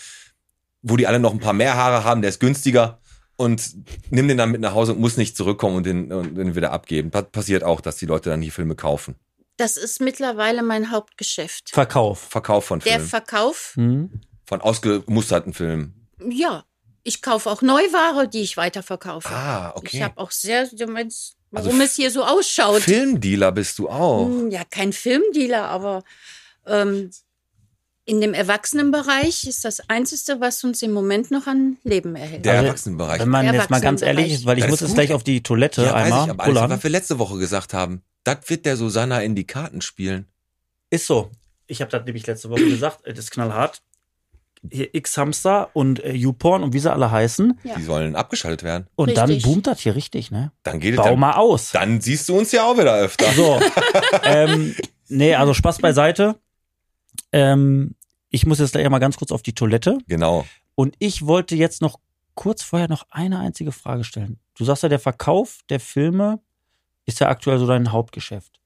B: wo die alle noch ein paar mehr Haare haben, der ist günstiger und nimm den dann mit nach Hause und muss nicht zurückkommen und den, und den wieder abgeben. Pa- passiert auch, dass die Leute dann die Filme kaufen.
C: Das ist mittlerweile mein Hauptgeschäft.
D: Verkauf.
B: Verkauf von
C: Der
B: Filmen,
C: Verkauf,
D: Hm?
B: von ausgemusterten Filmen.
C: ja. Ich kaufe auch Neuware, die ich weiterverkaufe.
B: Ah,
C: Ich
B: okay.
C: habe auch sehr, du meinst,
B: Also
C: warum es hier so ausschaut.
B: Filmdealer bist du auch.
C: Hm, Ja, kein Filmdealer, aber ähm, in dem Erwachsenenbereich ist das Einzige, was uns im Moment noch an Leben erhält.
B: Der
D: Also,
B: Erwachsenenbereich.
D: Wenn man jetzt mal ganz ehrlich ist, weil ich
B: Das
D: muss
B: ist
D: jetzt
B: gut.
D: gleich auf die Toilette einmal
B: ich, aber alles,
D: pullern.
B: was wir letzte Woche gesagt haben, das wird der Susanna in die Karten spielen.
D: Ist so. Ich habe das nämlich letzte Woche gesagt, äh, das ist knallhart. Hier X-Hamster und äh, YouPorn und wie sie alle heißen.
C: Ja.
B: Die sollen abgeschaltet werden.
D: Und dann
C: Richtig.
D: boomt das hier richtig, ne?
B: Dann geht es
D: Bau
B: dann,
D: mal aus.
B: dann siehst du uns ja auch wieder öfter.
D: *laughs* So. ähm, nee, also Spaß beiseite. Ähm, ich muss jetzt gleich mal ganz kurz auf die Toilette.
B: Genau.
D: Und ich wollte jetzt noch kurz vorher noch eine einzige Frage stellen. Du sagst ja, der Verkauf der Filme ist ja aktuell so dein Hauptgeschäft.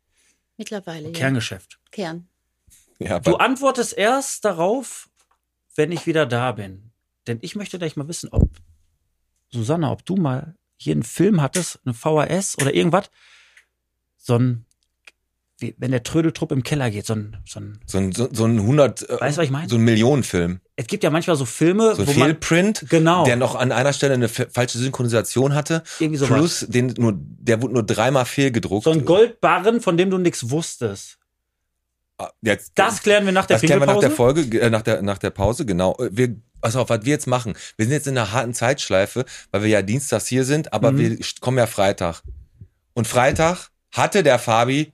C: Mittlerweile, ja.
D: Kerngeschäft.
C: Kern.
B: Ja, aber
D: Du antwortest erst darauf, wenn ich wieder da bin. Denn ich möchte gleich mal wissen, ob Susanne, ob du mal hier einen Film hattest, eine VHS oder irgendwas, so ein, wie, wenn der Trödeltrupp im Keller geht, so ein, so ein
B: so ein, so, so ein 100, äh,
D: Weißt du, was ich meine?
B: so ein Millionenfilm.
D: es gibt ja manchmal so Filme,
B: So ein
D: wo man
B: Fehlprint,
D: Genau.
B: der noch an einer Stelle eine fa- falsche Synchronisation hatte.
D: irgendwie so was.
B: Plus, den nur, der wurde nur dreimal fehlgedruckt.
D: So ein Goldbarren, von dem du nichts wusstest.
B: Ah, Jetzt,
D: Das klären wir nach der
B: das klären wir nach der
D: Pinkelpause.
B: Folge, ge- äh, nach der, nach der Pause, genau. Äh, Wir, also auf, was wir jetzt machen. Wir sind jetzt in einer harten Zeitschleife, weil wir ja dienstags hier sind, aber
D: Mhm.
B: wir st- kommen ja Freitag. Und Freitag hatte der Fabi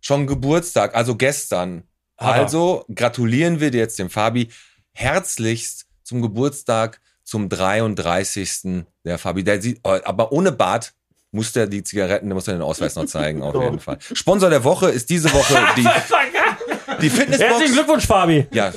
B: schon Geburtstag, also gestern.
D: Hat er. *laughs*
B: Also gratulieren wir dir jetzt dem Fabi herzlichst zum Geburtstag, zum 33. Der Fabi, der sieht, oh, aber ohne Bart muss der die Zigaretten, der muss er den Ausweis noch zeigen,
D: *laughs*
B: auf jeden Fall. Sponsor der Woche ist diese Woche die,
D: *laughs*
B: die Fitnessbox.
D: Herzlichen Glückwunsch, Fabi.
B: Ja,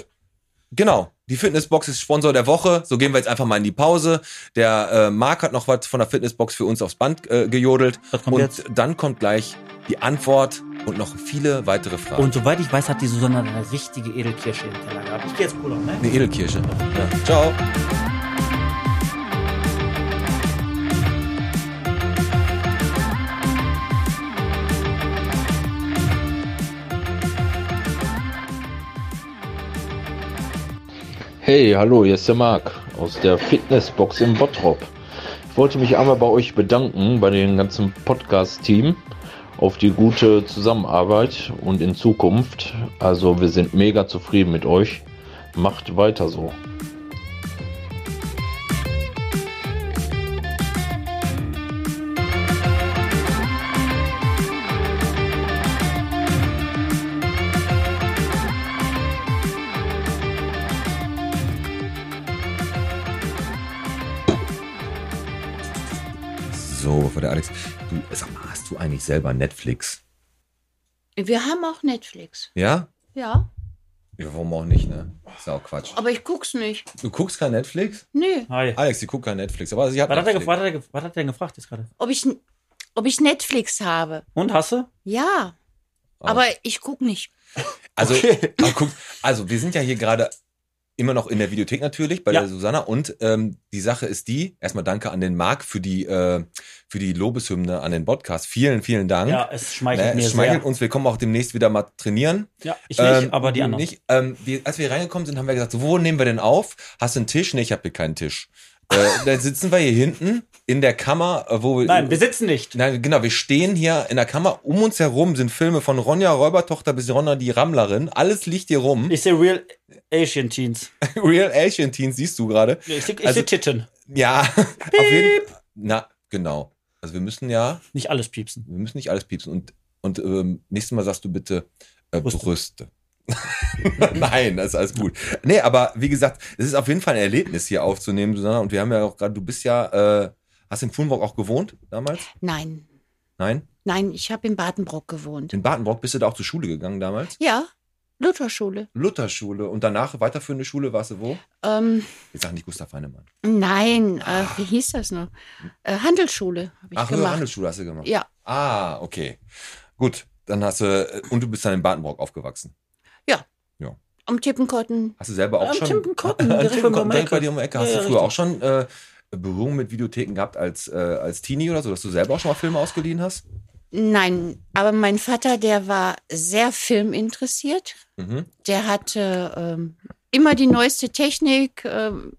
B: genau. Die Fitnessbox ist Sponsor der Woche. So gehen wir jetzt einfach mal in die Pause. Der äh, Marc hat noch was von der Fitnessbox für uns aufs Band äh, gejodelt.
D: Was kommt
B: Und
D: jetzt?
B: dann kommt gleich die Antwort und noch viele weitere Fragen.
D: Und soweit ich weiß, hat die Susanne eine richtige Edelkirsche im Keller gehabt. Ich geh jetzt pullern, ne?
B: eine Edelkirsche. Ja. Ciao.
F: Hey, hallo, hier ist der Marc aus der Fitnessbox in Bottrop. Ich wollte mich einmal bei euch bedanken, bei dem ganzen Podcast-Team, auf die gute Zusammenarbeit und in Zukunft. Also, wir sind mega zufrieden mit euch. Macht weiter so.
B: so, bevor der Alex. Du, sag mal, hast du eigentlich selber Netflix?
C: Wir haben auch Netflix.
B: Ja?
C: Ja.
B: Ja, warum auch nicht, ne? Ist ja auch Quatsch.
C: Aber ich guck's nicht.
B: Du guckst kein Netflix?
C: Nö.
D: Hi.
B: Alex, die guckt kein Netflix, aber sie hat.
D: Ah, Was hat, er
B: Netflix.
D: gef- was, hat er, gef- was hat er denn gefragt jetzt gerade?
C: Ob ich, ob ich Netflix habe.
D: Und hast du?
B: Hm?
C: Ja. Aber ich guck nicht.
B: Also, aber guck, also wir sind ja hier gerade immer noch in der Videothek natürlich bei
D: Ja.
B: der Susanna und ähm, die Sache ist die, erstmal danke an den Marc für die, äh, für die Lobeshymne an den Podcast. Vielen, vielen Dank.
D: Ja, es schmeichelt
B: Ne,
D: mir
B: es schmeichelt
D: sehr.
B: uns, wir kommen auch demnächst wieder mal trainieren.
D: Ja, ich
B: Ähm,
D: nicht, aber die
B: du
D: anderen.
B: Nicht. Ähm, wir, als wir reingekommen sind, haben wir gesagt, so, wo nehmen wir denn auf? Hast du einen Tisch? Nee, ich habe hier keinen Tisch. Äh, *laughs* dann sitzen wir hier hinten in der Kammer, äh, wo wir...
D: Nein, wir sitzen nicht.
B: Nein, genau, wir stehen hier in der Kammer, um uns herum sind Filme von Ronja Räubertochter bis Ronja die Rammlerin, alles liegt hier
D: *laughs*
B: rum.
D: Ich sehe Real Asian Teens.
B: Real Asian Teens siehst du gerade.
D: Ich sehe ich
B: Also-
D: seh Titten.
B: Ja, *laughs* auf jeden Na, genau. Also wir müssen ja,
D: Nicht alles piepsen.
B: wir müssen nicht alles piepsen. Und, und ähm, nächstes Mal sagst du bitte äh,
D: Brüste.
B: Brüste. *laughs* Nein, das ist alles gut. Nee, aber wie gesagt, es ist auf jeden Fall ein Erlebnis hier aufzunehmen, Susanna. Und wir haben ja auch gerade, du bist ja, äh, hast in Fulmburg auch gewohnt damals?
C: Nein.
B: Nein?
C: Nein, ich habe in Badenbrock gewohnt.
B: In Badenbrock bist du da auch zur Schule gegangen damals?
C: Ja. Lutherschule.
B: Lutherschule. Und danach weiterführende Schule warst du wo?
C: Ähm,
B: Jetzt sag nicht Gustav Heinemann.
C: nein. Äh, wie hieß das noch? Äh, Handelsschule habe ich
B: Ach, höhere
C: gemacht.
B: Handelsschule hast du gemacht.
C: Ja.
B: Ah, okay. Gut, dann hast du, äh, und du bist dann in Badenbrock aufgefowachsen.
C: Am Tippenkotten.
B: Hast du selber auch
D: Am
B: schon. *laughs*
D: Timpenkotten,
B: Am
D: direkt bei mir um
B: Timpenkotten,
D: die
B: direkt bei
D: Ecke.
B: dir um die Ecke.
D: Ja,
B: Hast
D: ja,
B: du früher auch schon äh, Berührung mit Videotheken gehabt als, äh, als Teenie oder so, dass du selber auch schon mal Filme ausgeliehen hast?
C: Nein, aber mein Vater, der war sehr filminteressiert.
B: Mhm.
C: Der hatte ähm, immer die neueste Technik, ähm,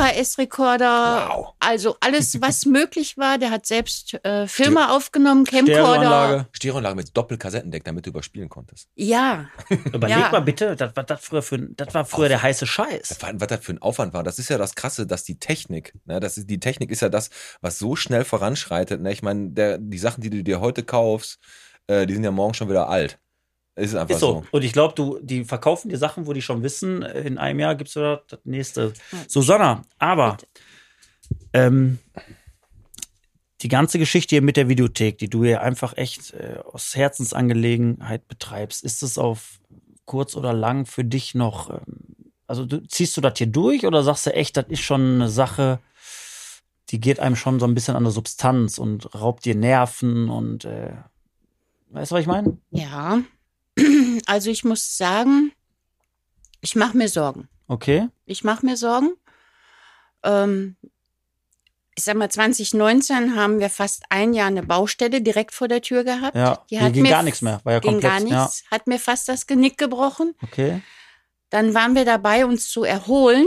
C: VHS-Rekorder,
B: Wow.
C: also
B: *laughs*
C: alles, was möglich war. Der hat selbst äh, Filme aufgenommen, Camcorder.
B: Stereoanlage mit Doppelkassettendeck, damit du überspielen konntest.
C: Ja,
D: Überleg
C: Ja.
D: mal bitte, das war, das, früher für, ein- das war früher der heiße Scheiß.
B: Vor allem, Was das für ein Aufwand war, das ist ja das Krasse, dass die Technik, ne, das ist, die Technik ist ja das, was so schnell voranschreitet. Ne? Ich meine, der- die Sachen, die du dir heute kaufst, äh, die sind ja morgen schon wieder alt. Ist einfach
D: Ist so. Und ich glaube, du, die verkaufen dir Sachen, wo die schon wissen, äh, in einem Jahr gibt es wieder das nächste. Susanna, aber ähm, die ganze Geschichte hier mit der Videothek, die du hier einfach echt äh, aus Herzensangelegenheit betreibst, ist es auf kurz oder lang für dich noch, ähm, also du, ziehst du das hier durch oder sagst du echt, das ist schon eine Sache, die geht einem schon so ein bisschen an der Substanz und raubt dir Nerven und äh, weißt du, was ich meine?
C: ja. *clears throat* Also ich muss sagen, ich mache mir Sorgen.
D: Okay.
C: Ich mache mir Sorgen. Ähm, ich sag mal, 2019 haben wir fast ein Jahr eine Baustelle direkt vor der Tür gehabt.
D: Ja,
C: Die
D: die
C: hat
D: ging
C: mir
D: gar nichts mehr, war ja
C: ging
D: komplett.
C: gar nichts. Hat mir fast das Genick gebrochen.
D: Ja, okay.
C: Dann waren wir dabei, uns zu erholen.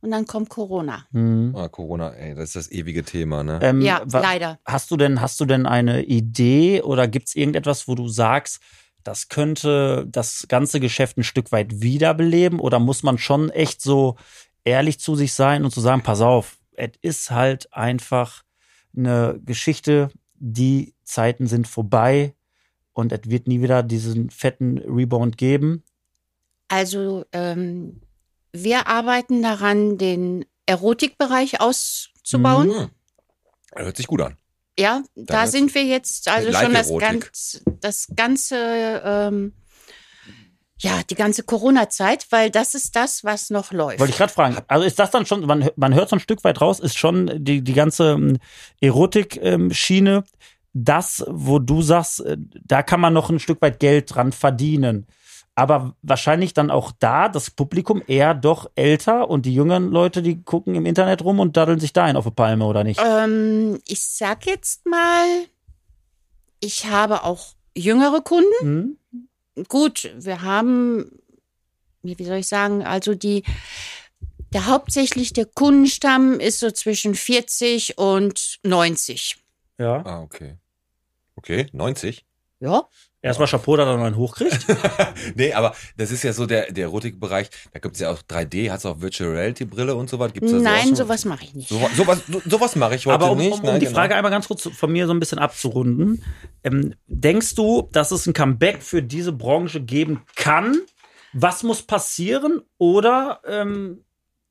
C: Und dann kommt Corona.
D: Hm.
B: Ah, Corona, ey, das ist das ewige Thema, ne?
D: Ähm,
C: ja,
D: wa-
C: leider.
D: Hast du denn, hast du denn eine Idee oder gibt es irgendetwas, wo du sagst, das könnte das ganze Geschäft ein Stück weit wiederbeleben? Oder muss man schon echt so ehrlich zu sich sein und zu sagen, pass auf, es ist halt einfach eine Geschichte, die Zeiten sind vorbei und es wird nie wieder diesen fetten Rebound geben.
C: Also ähm, wir arbeiten daran, den Erotikbereich auszubauen.
D: Mhm.
B: Hm. Hört sich gut an.
C: Ja, da
B: Damit-
C: sind wir jetzt also
B: Mit
C: schon das,
B: Live-Erotik.
C: ganz, das ganze, ähm, ja, die ganze Corona-Zeit, weil das ist das, was noch läuft.
D: Wollte ich gerade fragen. Also ist das dann schon, man, hö- man hört so ein Stück weit raus, ist schon die, die ganze ähm, Erotik-Schiene das, wo du sagst, äh, da kann man noch ein Stück weit Geld dran verdienen. Aber wahrscheinlich dann auch da das Publikum eher doch älter und die jüngeren Leute, die gucken im Internet rum und daddeln sich dahin auf eine Palme oder nicht.
C: ähm, ich sag jetzt mal, ich habe auch jüngere Kunden.
D: Hm?
C: gut, wir haben, wie wie soll ich sagen, also die, der hauptsächlich der Kundenstamm ist so zwischen 40 und 90.
D: Ja.
B: Ah, okay. Okay, 90.
C: Ja,
D: Erstmal Chapeau, dass er noch einen hochkriegt.
B: Nee, aber das ist ja so der, der Erotikbereich, da gibt es ja auch 3D, hast du auch Virtual Reality Brille und so was. Gibt's da
C: nein,
B: so auch schon?
C: sowas mache ich nicht.
B: Sowas, sowas, so- sowas mache ich heute
D: Aber um,
B: nicht.
D: um, um
B: nein,
D: die
B: genau.
D: Frage einmal ganz kurz von mir so ein bisschen abzurunden. Ähm, denkst du, dass es ein Comeback für diese Branche geben kann? Was muss passieren? Oder, ähm,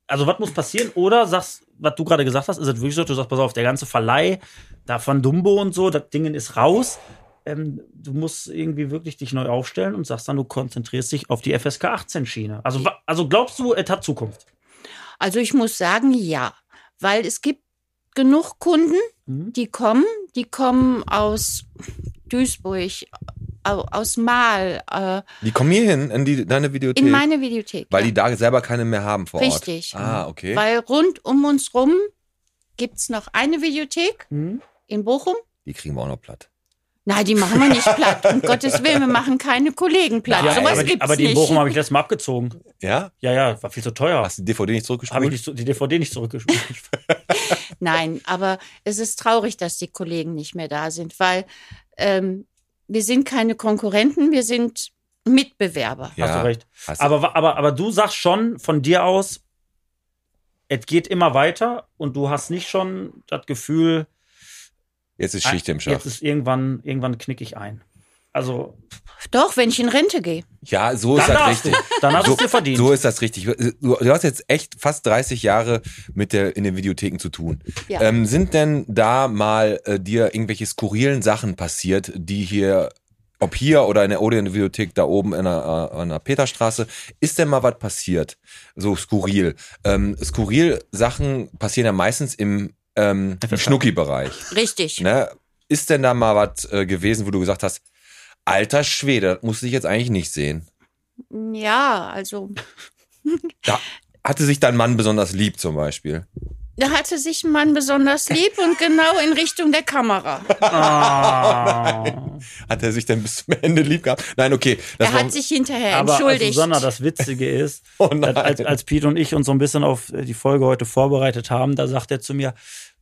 D: also was muss passieren? Oder sagst, was du gerade gesagt hast, ist es wirklich so, du sagst, pass auf, der ganze Verleih da von Dumbo und so, das Ding ist raus. Ähm, du musst irgendwie wirklich dich neu aufstellen und sagst dann, du konzentrierst dich auf die FSK 18 Schiene. Also, wa- also glaubst du, es hat Zukunft?
C: Also ich muss sagen, ja, weil es gibt genug Kunden,
D: Mhm.
C: die kommen, die kommen aus Duisburg, au- aus Mahl, äh,
B: Die kommen hier hin, in die, deine Videothek.
C: in meine Videothek.
B: weil
C: ja.
B: die da selber keine mehr haben vor
C: Richtig. Mhm.
B: Ort. Ah, okay.
C: Weil rund um uns rum gibt's noch eine Videothek
D: Mhm.
C: in Bochum.
B: die kriegen wir auch noch platt.
C: Nein, die machen wir nicht platt.
D: *laughs*
C: Um Gottes Willen, wir machen keine Kollegen platt.
D: Ja,
C: Sowas
D: aber,
C: gibt's
D: aber die in
C: nicht.
D: Bochum habe ich letztes Mal abgezogen.
B: Ja?
D: Ja, ja, war viel zu teuer.
B: Hast du die DVD nicht
D: Habe ich
B: zurückgespielt?
D: nicht, so- die DVD
B: *laughs*
D: nicht zurückgespielt.
C: Nein, aber es ist traurig, dass die Kollegen nicht mehr da sind, weil ähm, wir sind keine Konkurrenten, wir sind Mitbewerber.
B: Ja.
D: Hast du recht.
B: Hast du-
D: Aber, aber, aber du sagst schon von dir aus, es geht immer weiter und du hast nicht schon das Gefühl,
B: Jetzt ist Schicht im
D: Ah, jetzt
B: Schacht.
D: ist irgendwann, irgendwann knick ich ein. Also,
C: Doch, wenn ich in Rente gehe.
B: Ja, so ist
D: dann
B: das
D: darfst
B: richtig.
D: du. Dann hast du es dir verdient.
B: So ist das richtig. äh, Du, du hast jetzt echt fast 30 Jahre mit der in den Videotheken zu tun.
C: Ja.
B: Ähm, sind denn da mal äh, dir irgendwelche skurrilen Sachen passiert, die hier, ob hier oder in der Odeon-Videothek da oben in der, äh, an der Peterstraße, ist denn mal was passiert? So skurril. Ähm, skurril Sachen passieren ja meistens im ähm, Schnucki-Bereich.
C: Richtig.
B: Ne? Ist denn da mal was äh, gewesen, wo du gesagt hast, alter Schwede, das musste ich jetzt eigentlich nicht sehen?
C: Ja, also
B: Da hatte sich dein Mann besonders lieb zum Beispiel.
C: da hatte sich ein Mann besonders lieb und genau in Richtung der Kamera.
B: *laughs*
D: Ah.
B: Hat er sich denn bis zum Ende lieb gehabt? Nein, okay. Das
C: Er
B: war- also
C: hat sich hinterher
D: Aber äh,
C: entschuldigt.
D: Susanna, das Witzige ist,
B: *laughs* Oh nein.
D: als, als, als Pete und ich uns so ein bisschen auf äh, die Folge heute vorbereitet haben, da sagt er zu mir,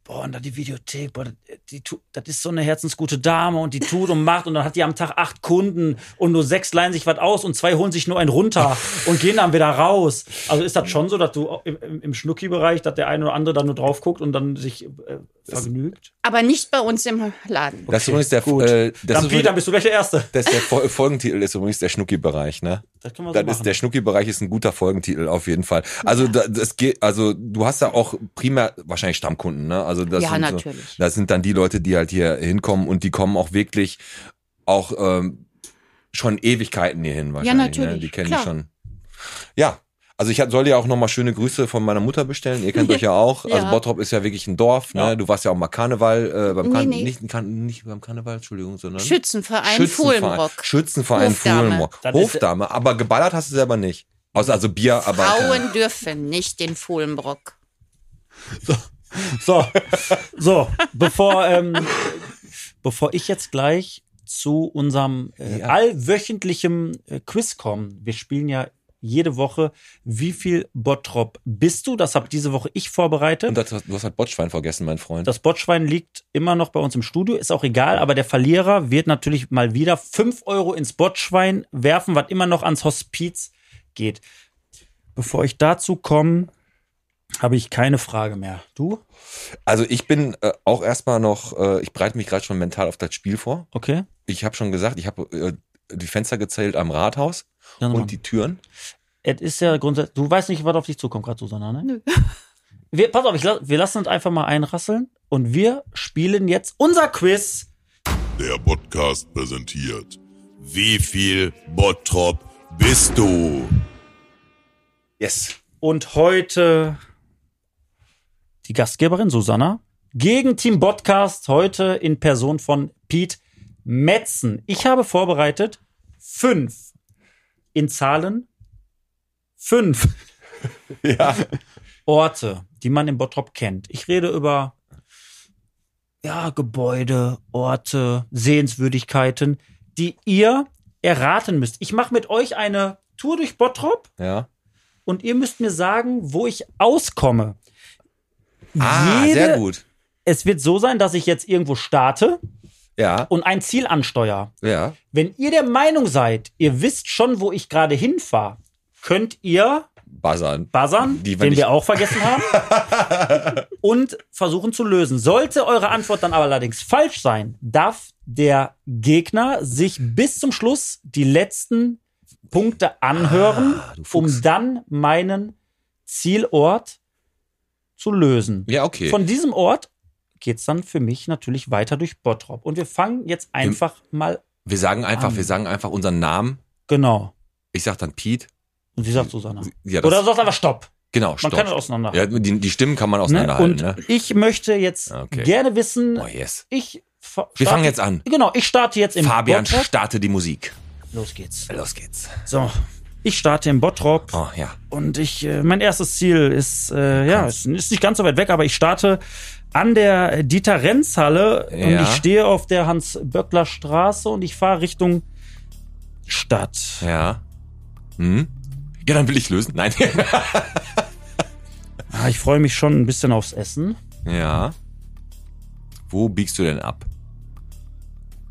D: boah, und da die Videothek, boah, die, tu- das ist so eine herzensgute Dame und die tut und macht und dann hat die am Tag acht Kunden und nur sechs leihen sich was aus und zwei holen sich nur
B: *laughs*
D: einen runter und gehen dann wieder raus. Also ist das schon so, dass du im, im- im Schnucki-Bereich, dass der eine oder andere da nur drauf guckt und dann sich äh, vergnügt?
C: aber nicht bei uns im Laden.
B: das ist übrigens der,
D: gut.
B: äh, das ist
D: Dann, Pete, dann
B: übrigens,
D: bist du gleich der Erste.
B: das der Fol- Folgentitel ist übrigens der Schnucki-Bereich, ne?
D: Das können wir so
B: Dann ist
D: machen.
B: der Schnucki-Bereich ist ein guter Folgentitel auf jeden Fall. Also da, das geht, also du hast da auch primär wahrscheinlich Stammkunden, ne? Also das
C: Ja,
B: sind
C: natürlich.
B: So, das sind dann die Leute, die halt hier hinkommen und die kommen auch wirklich auch ähm, schon Ewigkeiten hier hin wahrscheinlich. Ne?
C: natürlich,
B: Die kennen
C: klar.
B: die schon. Ja. Also ich hab- soll ja auch nochmal schöne Grüße von meiner Mutter bestellen. Ihr kennt euch ja auch.
C: Ja.
B: Also Bottrop ist ja wirklich ein Dorf. Ne?
D: Ja.
B: Du warst ja auch mal Karneval, äh, beim
C: Nee,
B: Karneval,
C: nee.
B: Nicht, kann, nicht beim Karneval, Entschuldigung, sondern
C: Schützenverein Fuhlenbrock.
B: Schützenverein
C: Hofdame.
B: Fuhlenbrock.
D: Dann ist-
B: Hofdame, aber geballert hast du selber nicht. Außer also Bier, aber.
C: Frauen dürfen nicht in Fuhlenbrock.
D: So, *laughs* so bevor, ähm, bevor ich jetzt gleich zu unserem äh,
B: Ja.
D: allwöchentlichen äh, Quiz komme, wir spielen ja jede Woche, wie viel Bottrop bist du? Das habe diese Woche ich vorbereitet.
B: Und das, du hast halt Botschwein vergessen, mein Freund.
D: Das Botschwein liegt immer noch bei uns im Studio, ist auch egal, aber der Verlierer wird natürlich mal wieder 5 Euro ins Botschwein werfen, was immer noch ans Hospiz geht. Bevor ich dazu komme, habe ich keine Frage mehr. Du?
B: also ich bin äh, auch erstmal noch, äh, ich bereite mich gerade schon mental auf das Spiel vor.
D: Okay.
B: Ich habe schon gesagt, ich habe äh, die Fenster gezählt am Rathaus
D: Dann mach.
B: und die Türen.
D: Es ist ja grundsätzlich. Du weißt nicht, was auf dich zukommt, gerade Susanna, ne? Wir, pass auf, ich, la- wir lassen uns einfach mal einrasseln und wir spielen jetzt unser Quiz.
A: Der Podcast präsentiert. Wie viel Bottrop bist du?
B: Yes.
D: Und heute die Gastgeberin Susanna gegen Team Podcast, heute in Person von Pete Metzen. Ich habe vorbereitet fünf in Zahlen fünf
B: Ja.
D: Orte, die man in Bottrop kennt. Ich rede über ja, Gebäude, Orte, Sehenswürdigkeiten, die ihr erraten müsst. Ich mache mit euch eine Tour durch Bottrop
B: ja.
D: und ihr müsst mir sagen, wo ich auskomme.
B: Ah,
D: Jede-
B: sehr gut.
D: Es wird so sein, dass ich jetzt irgendwo starte
B: Ja,
D: und ein Ziel ansteuere.
B: ja.
D: Wenn ihr der Meinung seid, ihr wisst schon, wo ich gerade hinfahre, könnt ihr
B: Buzzern.
D: buzzern,
B: Die, wenn
D: den
B: ich-
D: wir auch vergessen haben,
B: *laughs*
D: und versuchen zu lösen. Sollte eure Antwort dann aber allerdings falsch sein, darf der Gegner sich bis zum Schluss die letzten
B: Ah,
D: Punkte anhören, um dann meinen Zielort zu lösen.
B: Ja, okay.
D: Von diesem Ort geht's dann für mich natürlich weiter durch Bottrop. Und wir fangen jetzt einfach mal
B: wir sagen einfach,
D: Ah.
B: wir sagen einfach unseren Namen.
D: genau.
B: Ich sag dann Pete.
D: Und sie sagt Susanna.
B: Ja, das,
D: Oder du sagst einfach Stopp.
B: genau,
D: Man
B: stopp.
D: kann es auseinander.
B: ja, die, die Stimmen kann man
D: ne?
B: auseinanderhalten,
D: Und
B: ne?
D: ich möchte jetzt
B: Okay.
D: gerne wissen,
B: Oh yes.
D: ich fa-
B: Wir
D: starte-
B: fangen jetzt an.
D: Genau, ich starte jetzt im
B: Fabian,
D: Bottrop.
B: starte die Musik.
D: Los geht's.
B: Los geht's.
D: So, ich starte im Bottrop
B: Oh ja.
D: und ich, äh, mein erstes Ziel ist, äh, ja, ist, ist nicht ganz so weit weg, aber ich starte an der Dieter-Renz-Halle und
B: Ja.
D: ich stehe auf der Hans-Böckler-Straße und ich fahre Richtung Stadt.
B: Ja. Hm? Ja, dann will ich lösen. *laughs* Nein.
D: Ah, ich freue mich schon ein bisschen aufs Essen.
B: ja. Wo biegst du denn ab?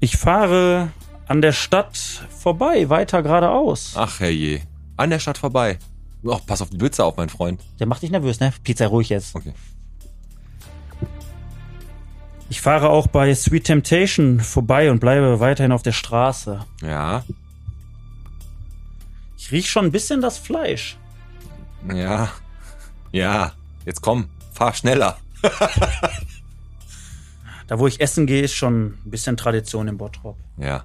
D: Ich fahre an der Stadt vorbei, weiter geradeaus.
B: Ach herrje. An der Stadt vorbei. Oh, pass auf die Blitze auf, mein Freund.
D: Der macht dich nervös, ne? Pizza, ruhig jetzt.
B: Okay.
D: Ich fahre auch bei Sweet Temptation vorbei und bleibe weiterhin auf der Straße.
B: Ja.
D: Ich rieche schon ein bisschen das Fleisch.
B: Ja. Ja. Jetzt komm. Fahr schneller.
D: Da, wo ich essen gehe, ist schon ein bisschen Tradition im Bottrop.
B: Ja.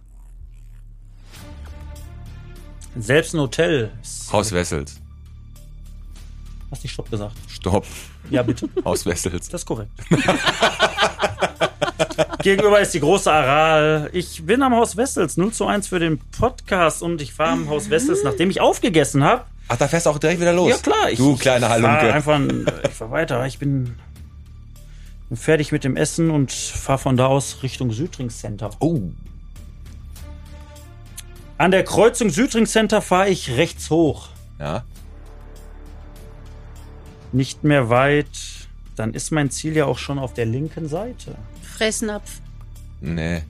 D: Selbst ein Hotel. ist-
B: Haus Wessels.
D: Hast du Stopp gesagt?
B: Stopp.
D: Ja, bitte.
B: Haus Wessels.
D: Das ist korrekt. Gegenüber ist die große Aral. Ich bin am Haus Wessels, 0 zu 1 für den Podcast und ich fahre am Haus Wessels, nachdem ich aufgegessen habe.
B: Ach, da fährst du auch direkt wieder los.
D: Ja, klar. Ich,
B: Du kleine
D: Ich fahr
B: Halunke.
D: einfach ein- ich fahr weiter. Ich bin bin fertig mit dem Essen und fahre von da aus Richtung Südring Center.
B: Oh.
D: An der Kreuzung Südring Center fahre ich rechts hoch.
B: Ja.
D: Nicht mehr weit. Dann ist mein Ziel ja auch schon auf der linken Seite.
C: Fressnapf.
B: Nee.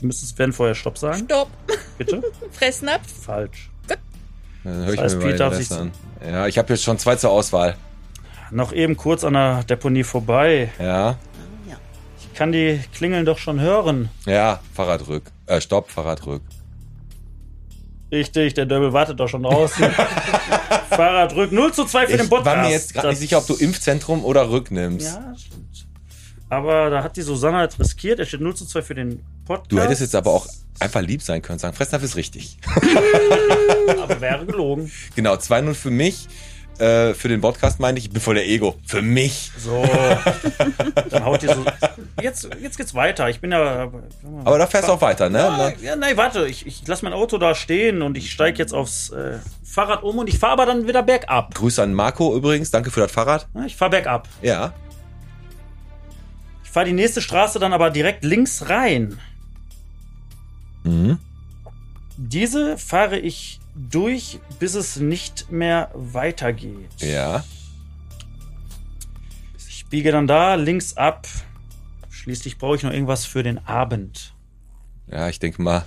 D: Du müsstest Sven vorher Stopp sagen,
C: Stopp.
B: *laughs*
D: bitte.
C: Fressnapf.
D: Falsch.
B: Dann höre ich
D: heißt,
B: mir
D: Pete
B: mal den
D: darf
B: Rest
D: sich-
B: an. Ja, ich habe jetzt schon zwei zur Auswahl.
D: Noch eben kurz an der Deponie vorbei.
B: Ja.
D: Ich kann die Klingeln doch schon hören.
B: Ja, Fahrradrück. Äh, stopp, Fahrradrück.
D: Richtig, der Döbel wartet doch schon
B: *laughs*
D: draußen. Fahrrad rück 0 zu 2 für den
B: Ich
D: Podcast.
B: war mir jetzt gerade nicht
D: Das-
B: sicher, ob du Impfzentrum oder Rück nimmst.
D: Ja, stimmt. Aber da hat die Susanne halt riskiert. Er steht 0 zu 2 für den Podcast.
B: Du hättest jetzt aber auch einfach lieb sein können und sagen, Fressnapf ist richtig. *laughs*
D: Aber wäre gelogen.
B: Genau, 2-0 für mich. Äh, für den Podcast meinte ich, ich bin voll der Ego. Für mich. *laughs*
D: So. Dann haut die so. Jetzt, jetzt geht's weiter. Ich bin ja.
B: Aber da fährst du auch weiter, ne?
D: Ah, ja, nein, warte. Ich, ich lasse mein Auto da stehen und ich steige jetzt aufs äh, Fahrrad um und ich fahre aber dann wieder bergab.
B: Grüße an Marco übrigens. Danke für das Fahrrad.
D: Ne, Ich fahre bergab.
B: Ja.
D: Ich fahre die nächste Straße dann aber direkt links rein.
B: Mhm.
D: Diese fahre ich durch, bis es nicht mehr weitergeht.
B: Ja.
D: Ich biege dann da links ab. Schließlich brauche ich noch irgendwas für den Abend.
B: Ja, ich denke mal.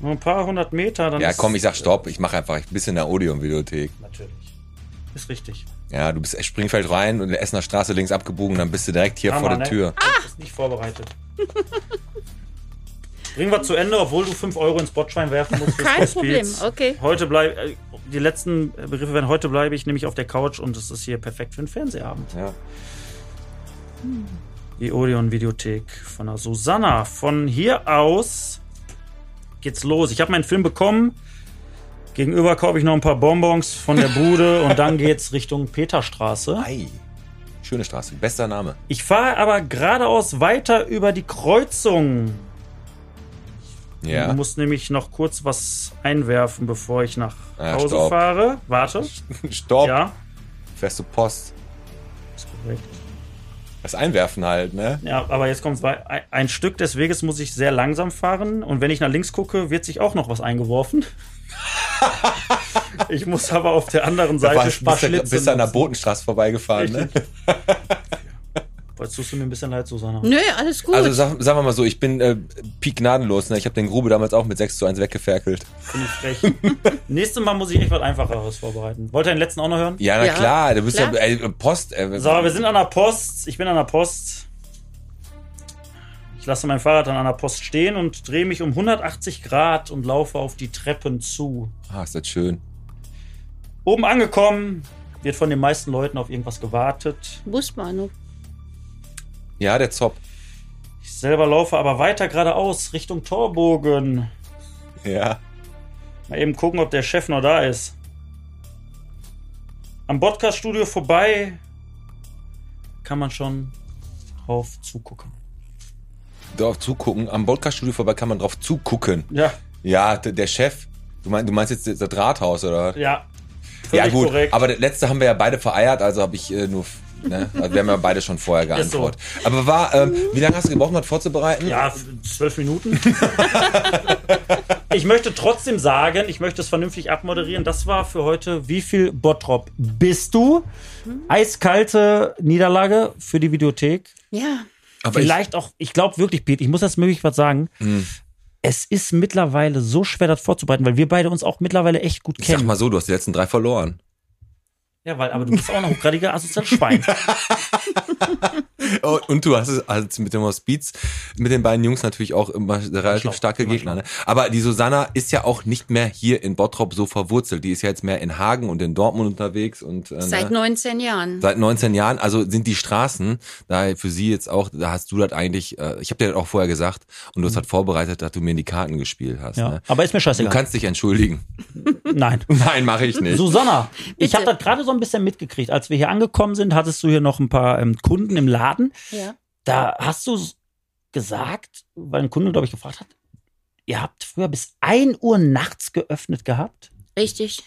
D: Nur ein paar hundert Meter, dann.
B: Ja,
D: ist-
B: komm, ich sag Stopp. Ich mache einfach. Ich bin in der Odeon-Videothek.
D: Natürlich. Ist richtig.
B: Ja, du bist Springfeld rein und in der Essener Straße links abgebogen. Dann bist du direkt hier
D: Hammer,
B: vor der
D: ne?
B: Tür.
D: Du bist
B: *laughs*
D: nicht vorbereitet. Bringen wir zu Ende, obwohl du 5 Euro ins Botschwein werfen musst. fürs
C: Kein
D: Hospiz.
C: Problem, okay.
D: Heute bleibe die letzten äh, Begriffe werden heute bleibe ich nämlich auf der Couch und es ist hier perfekt für einen Fernsehabend.
B: Ja.
D: Die Odeon Videothek von der Susanna. Von hier aus geht's los. Ich habe meinen Film bekommen. Gegenüber kaufe ich noch ein paar Bonbons von
B: *laughs*
D: der Bude und dann geht's Richtung Peterstraße.
B: Ei. Schöne Straße. Bester Name.
D: Ich fahre aber geradeaus weiter über die Kreuzung.
B: Ja.
D: Ich muss nämlich noch kurz was einwerfen, bevor ich nach
B: Ah,
D: Hause
B: stopp.
D: fahre. Warte.
B: *laughs* Stopp.
D: Ja.
B: Fährst du Post.
D: Ist korrekt.
B: Das Einwerfen halt, ne?
D: Ja, aber jetzt kommt ein, ein Stück des Weges, muss ich sehr langsam fahren. Und wenn ich nach links gucke, wird sich auch noch
B: *laughs*
D: was eingeworfen. ich muss aber auf der anderen
B: Da war-
D: Seite
B: bist du
D: Sparschlitzen.
B: bist du an der Botenstraße vorbeigefahren, ne?
D: Jetzt tust du mir ein bisschen leid, Susanna.
C: Nö, alles gut.
B: Also sag, sagen wir mal so, ich bin äh, pieknadenlos, ne? Ich habe den Grube damals auch mit 6 zu 1 weggeferkelt.
D: Finde ich frech. Nächstes Mal muss ich echt was Einfacheres vorbereiten. Wollt ihr den letzten auch noch hören?
B: Ja, na
C: Ja,
B: klar, du bist
C: klar.
B: ja ey, Post. Äh,
D: So, wir sind an der Post. Ich bin an der Post. Ich lasse mein Fahrrad dann an der Post stehen und drehe mich um 180 Grad und laufe auf die Treppen zu.
B: Ah, ist das schön.
D: Oben angekommen, Wird von den meisten Leuten auf irgendwas gewartet.
C: Busbahnhof.
B: Ja, der Zopp.
D: Ich selber laufe aber weiter geradeaus Richtung Torbogen.
B: Ja.
D: Mal eben gucken, ob der Chef noch da ist. Am Podcast-Studio vorbei kann man schon drauf zugucken.
B: Drauf zugucken. Am Podcast-Studio vorbei kann man drauf zugucken.
D: Ja,
B: Ja, d- der Chef. Du meinst, du meinst jetzt das Rathaus, oder?
D: ja.
B: ja,
D: Völlig
B: gut.
D: korrekt.
B: Aber das letzte haben wir ja beide vereiert, also habe ich äh, nur. f- Ne? Also wir haben ja beide schon vorher
D: Ist so.
B: geantwortet. Aber war, ähm, wie lange hast du gebraucht, um das vorzubereiten?
D: Ja, f- zwölf Minuten. ich möchte trotzdem sagen, ich möchte es vernünftig abmoderieren. Das war für heute. Wie viel Bottrop bist du? Eiskalte Niederlage für die Videothek.
C: Ja,
B: Aber ich, Hm.
D: Vielleicht auch, ich glaube wirklich, Pete, ich muss das möglich was sagen. Es ist mittlerweile so schwer, das vorzubereiten, weil wir beide uns auch mittlerweile echt gut
B: ich sag
D: kennen.
B: mal so, du hast die letzten drei verloren.
D: Ja, weil, aber du bist auch noch hochgradiger
B: *laughs*
D: asoziales Schwein.
B: Oh, und du hast es also mit dem Hospiz, mit den beiden Jungs natürlich auch immer relativ
D: Schlau,
B: starke
D: immer
B: Gegner. Ne? Aber die Susanna ist ja auch nicht mehr hier in Bottrop so verwurzelt. Die ist ja jetzt mehr in Hagen und in Dortmund unterwegs und äh,
C: seit
B: ne?
C: 19 Jahren.
B: seit 19 Jahren. Also sind die Straßen daher für sie jetzt auch. Da hast du das eigentlich. Äh, ich habe dir das auch vorher gesagt und du hast das vorbereitet, dass du mir in die Karten gespielt hast.
D: Mhm. Ja.
B: Ne?
D: Aber ist mir
B: Du
D: scheißegal.
B: kannst dich entschuldigen. *laughs*
D: Nein.
B: Nein, mache ich nicht.
D: Susanna, ich
C: Bitte.
D: habe das gerade so ein bisschen mitgekriegt. Als wir hier angekommen sind, hattest du hier noch ein paar ähm, Kunden im Laden.
C: Ja.
D: Da hast du s- gesagt, weil ein Kunde, glaube ich, gefragt hat, ihr habt früher bis 1 Uhr nachts geöffnet gehabt,
C: Richtig.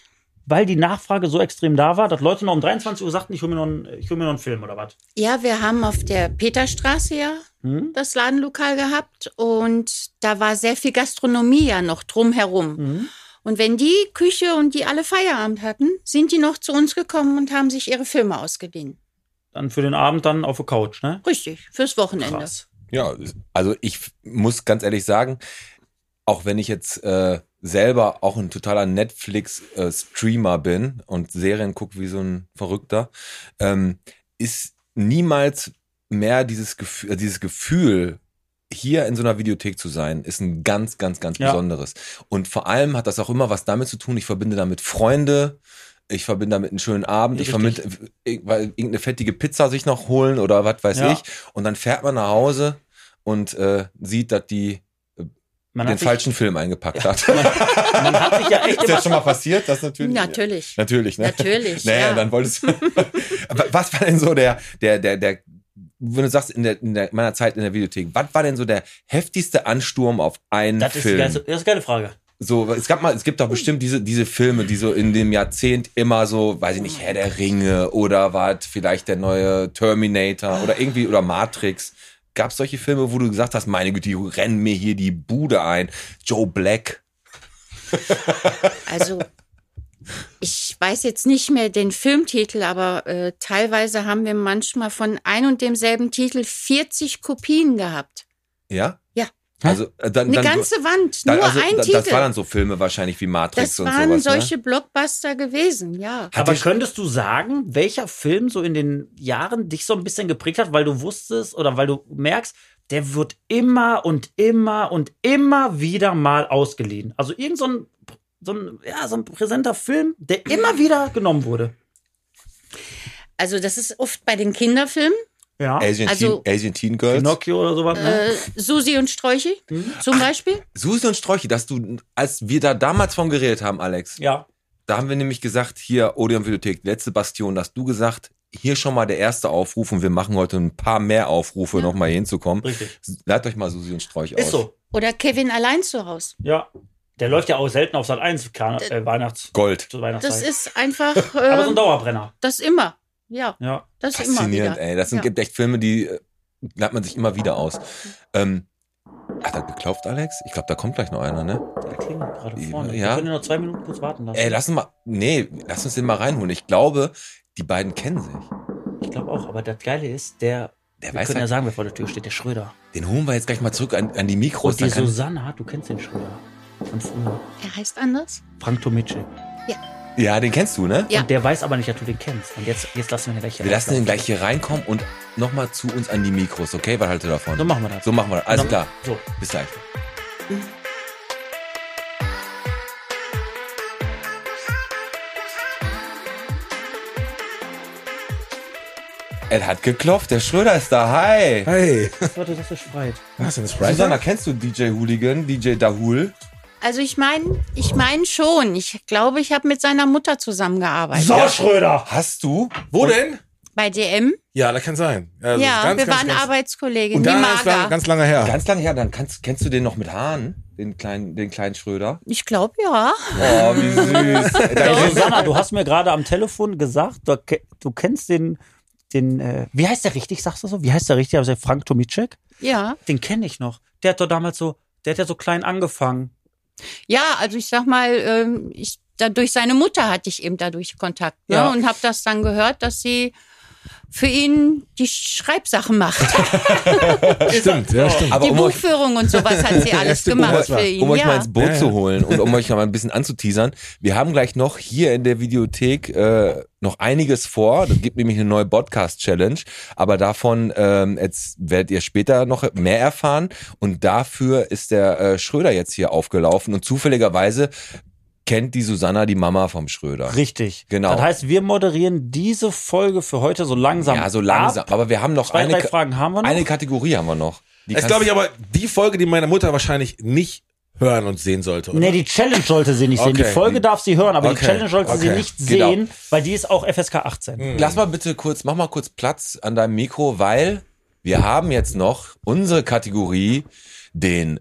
D: weil die Nachfrage so extrem da war, dass Leute noch um 23 Uhr sagten, ich hole mir, noch einen- ich hol mir noch einen Film oder was.
C: Ja, wir haben auf der Peterstraße ja
D: Hm?
C: das Ladenlokal gehabt und da war sehr viel Gastronomie ja noch drumherum.
D: Mhm.
C: Und wenn die Küche und die alle Feierabend hatten, sind die noch zu uns gekommen und haben sich ihre Filme ausgeliehen.
D: Dann für den Abend dann auf der Couch, ne?
C: Richtig, fürs Wochenende.
D: Krass.
B: Ja, also ich f- muss ganz ehrlich sagen, auch wenn ich jetzt äh, selber auch ein totaler Netflix-Streamer bin und Serien gucke wie so ein Verrückter, ähm, ist niemals mehr dieses Gefühl, äh, dieses Gefühl, hier in so einer Videothek zu sein, ist ein ganz, ganz, ganz
D: Ja.
B: besonderes. Und vor allem hat das auch immer was damit zu tun, ich verbinde damit Freunde, ich verbinde damit einen schönen Abend,
D: Ja,
B: ich verbinde, äh, weil irgendeine fettige Pizza sich noch holen oder was weiß
D: Ja.
B: ich. Und dann fährt man nach Hause und äh, sieht, dass die
D: Man
B: den
D: hat, sich,
B: falschen Film eingepackt hat. *laughs*
D: *laughs* man hat sich ja echt
B: ist
D: immer
B: das schon mal passiert? Das natürlich.
C: Natürlich.
B: Natürlich, ne? *laughs*
C: Natürlich,
B: Naja,
C: ja.
B: dann wolltest du. Aber was war denn so der, der, der, der, wenn du sagst, in, der, in der, meiner Zeit in der Videothek, was war denn so der heftigste Ansturm auf einen
D: Das ist, die
B: Film?
D: geilste, das ist eine geile Frage.
B: so, es gab mal, es gibt doch bestimmt diese, diese Filme, die so in dem Jahrzehnt immer so, weiß ich nicht, Herr der Ringe oder was, vielleicht der neue Terminator oder irgendwie, oder Matrix. Gab es solche Filme, wo du gesagt hast, meine Güte, die rennen mir hier die Bude ein. Joe Black.
C: Also, ich weiß jetzt nicht mehr den Filmtitel, aber äh, teilweise haben wir manchmal von ein und demselben Titel 40 Kopien gehabt.
B: Ja?
C: Ja.
B: Also, äh, dann,
C: Eine
B: dann,
C: ganze Wand,
B: dann,
C: nur
B: also,
C: ein
B: da-
C: Titel.
B: Das waren dann so Filme wahrscheinlich wie Matrix
C: Das
B: und
C: waren
B: sowas.
C: solche
B: ne?
C: Blockbuster gewesen, ja.
B: Hat
D: Aber
B: dich-
D: könntest du sagen, welcher Film so in den Jahren dich so ein bisschen geprägt hat, weil du wusstest oder weil du merkst, der wird immer und immer und immer wieder mal ausgeliehen. Also irgend so ein, so ein, ja, so ein präsenter Film, der immer wieder genommen wurde.
C: Also das ist oft bei den Kinderfilmen.
D: Ja.
B: Asian,
C: Also-
B: Teen, Asian Teen Girls.
D: Pinocchio oder
G: Mhm.
D: sowas. ne? Hm?
C: Äh, Susi und Sträuchi zum Beispiel.
B: Susi und Sträuchi, dass du, als wir da damals von geredet haben, Alex,
D: Ja.
B: Da haben wir nämlich gesagt, hier Odeon Videothek, letzte Bastion, da hast du gesagt, hier schon mal der erste Aufruf und wir machen heute ein paar mehr Aufrufe, noch nochmal hinzukommen.
D: Richtig.
B: Leitet euch mal Susi und Sträuch aus.
D: Ist so.
C: Oder Kevin allein zu Hause.
D: Ja. Der läuft ja auch selten auf Sat 1 Kan- äh, Weihnachts
B: Gold.
C: Das
D: zur Weihnachtszeit.
C: ist
G: *laughs*
C: einfach
D: Aber so ein
C: äh,
D: Dauerbrenner.
C: das immer. Ja,
D: Ja.
C: das immer
B: Faszinierend,
C: wieder.
B: ey. Das sind
C: ja.
B: gibt echt Filme, die äh, leitet man sich immer wieder aus. Ähm, hat er geklopft, Alex? Ich glaube, da kommt gleich noch einer, ne?
D: Der klingelt gerade vorne.
B: Ja.
D: Wir können ihn noch zwei Minuten kurz warten lassen.
B: Ey, lass uns mal. Nee, lass uns den mal reinholen. Ich glaube, die beiden kennen sich.
D: Ich glaube auch, aber das Geile ist,
B: Der
D: der, wir
B: weiß halt
D: können ja
B: ja,
D: sagen, wer vor der Tür steht, der Schröder.
B: den holen wir jetzt gleich mal zurück an, an die Mikros.
D: Und die
B: dann kann-
D: Susanna, du kennst den Schröder von früher.
C: Er heißt anders.
D: Frank Tomicic.
B: ja, den kennst du, ne?
C: Ja.
D: Und der weiß aber nicht, dass du den kennst. Und jetzt, jetzt lassen wir ihn gleich hier
B: Wir lassen
D: rein.
B: ihn gleich hier reinkommen und nochmal zu uns an die Mikros, okay? Was haltet ihr davon?
D: So machen wir das.
B: So machen wir das. Alles
D: Dann-
B: klar.
D: So.
B: Bis gleich. Es hat geklopft, der Schröder ist da. Hi.
G: Hey,
D: Leute, das ist Spreit.
G: was ist das?
B: Susanna,
G: Friday?
B: kennst du DJ Hooligan, DJ Dahul?
C: Also ich meine, ich meine schon. Ich glaube, ich habe mit seiner Mutter zusammengearbeitet.
D: So, Schröder!
B: Hast du?
G: Wo denn?
C: Bei DM.
G: Ja, das kann sein. Also,
C: ja,
G: ganz,
C: wir
G: ganz,
C: waren
G: ganz-
C: Arbeitskollegen.
G: Und
C: Die
G: dann ganz, lang,
C: Mager.
G: ganz lange her.
B: Ganz lange her, dann kannst, kennst du den noch mit Haaren, den kleinen, den kleinen Schröder.
C: Ich glaube ja.
B: Oh, wie süß.
D: Ey,
B: Dein-
D: Susanna, du hast mir gerade am Telefon gesagt, du, ke- du kennst den, den äh, wie heißt der richtig, sagst du so? Wie heißt der richtig? Also Frank Tomicek?
C: Ja.
D: Den kenne ich noch. Der hat doch damals so, der hat ja so klein angefangen.
C: Ja, also ich sag mal, ähm, ich, da, durch seine Mutter hatte ich eben dadurch Kontakt. Ne?
D: Ja.
C: Und habe das dann gehört, dass sie für ihn die Schreibsachen macht.
G: Stimmt, ja, stimmt.
B: Aber
C: die
B: um euch,
C: Buchführung und sowas hat sie alles
G: stimmt,
C: gemacht
G: das war-
C: für ihn.
B: um euch
C: ja.
B: mal ins Boot zu holen und um euch noch mal ein bisschen anzuteasern, wir haben gleich noch hier in der Videothek äh, noch einiges vor. Das gibt nämlich eine neue Podcast-Challenge, aber davon ähm, jetzt werdet ihr später noch mehr erfahren. Und dafür ist der äh, Schröder jetzt hier aufgelaufen und zufälligerweise kennt die Susanna die Mama vom Schröder.
D: Richtig.
B: Genau.
D: Das heißt, wir moderieren diese Folge für heute so langsam.
B: Ja, so langsam.
D: Ab.
B: Aber wir haben noch
D: Zwei,
B: eine,
D: drei
B: Ka-
D: Fragen haben wir noch.
B: eine Kategorie haben wir noch. Die
G: Ist,
B: kannst-
G: glaube ich, aber die Folge, die meine Mutter wahrscheinlich nicht hören und sehen sollte. Oder?
D: Nee, die Challenge sollte sie nicht sehen. Die
G: Okay.
D: Folge darf sie hören, aber die
G: Okay.
D: Challenge sollte sie
G: Okay.
D: nicht
B: Genau.
D: sehen, weil die ist auch FSK 18.
B: Lass mal bitte kurz, mach mal kurz Platz an deinem Mikro, weil wir haben jetzt noch unsere Kategorie, den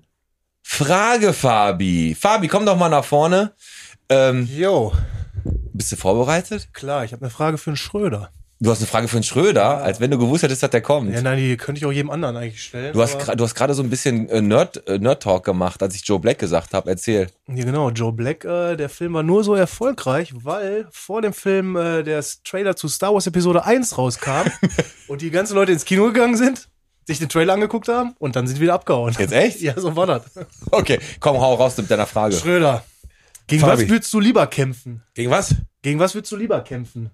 B: Frage Fabi. Fabi, komm doch mal nach vorne. Ähm,
H: Jo,
B: bist du vorbereitet?
H: klar, ich habe eine Frage für den Schröder.
B: Du hast eine Frage für den Schröder, als wenn du gewusst hättest, dass der kommt.
H: Ja, nein, die könnte ich auch jedem anderen eigentlich stellen.
B: Du hast,
H: aber-
B: gra- du hast gerade so ein bisschen äh, Nerd, äh, Nerd Talk gemacht, als ich Joe Black gesagt habe. Erzähl.
H: Ja, genau. Joe Black, äh, der Film war nur so erfolgreich, weil vor dem Film äh, der Trailer zu Star Wars Episode 1
G: *laughs*
H: rauskam und die ganzen Leute ins Kino gegangen sind, sich den Trailer angeguckt haben und dann sind die wieder abgehauen.
B: Jetzt echt?
H: *laughs* Ja, so war das.
B: Okay, komm, hau raus mit deiner Frage.
H: Schröder, gegen
G: Fabi.
H: was würdest du lieber kämpfen?
G: Gegen was?
H: Gegen was würdest du lieber kämpfen?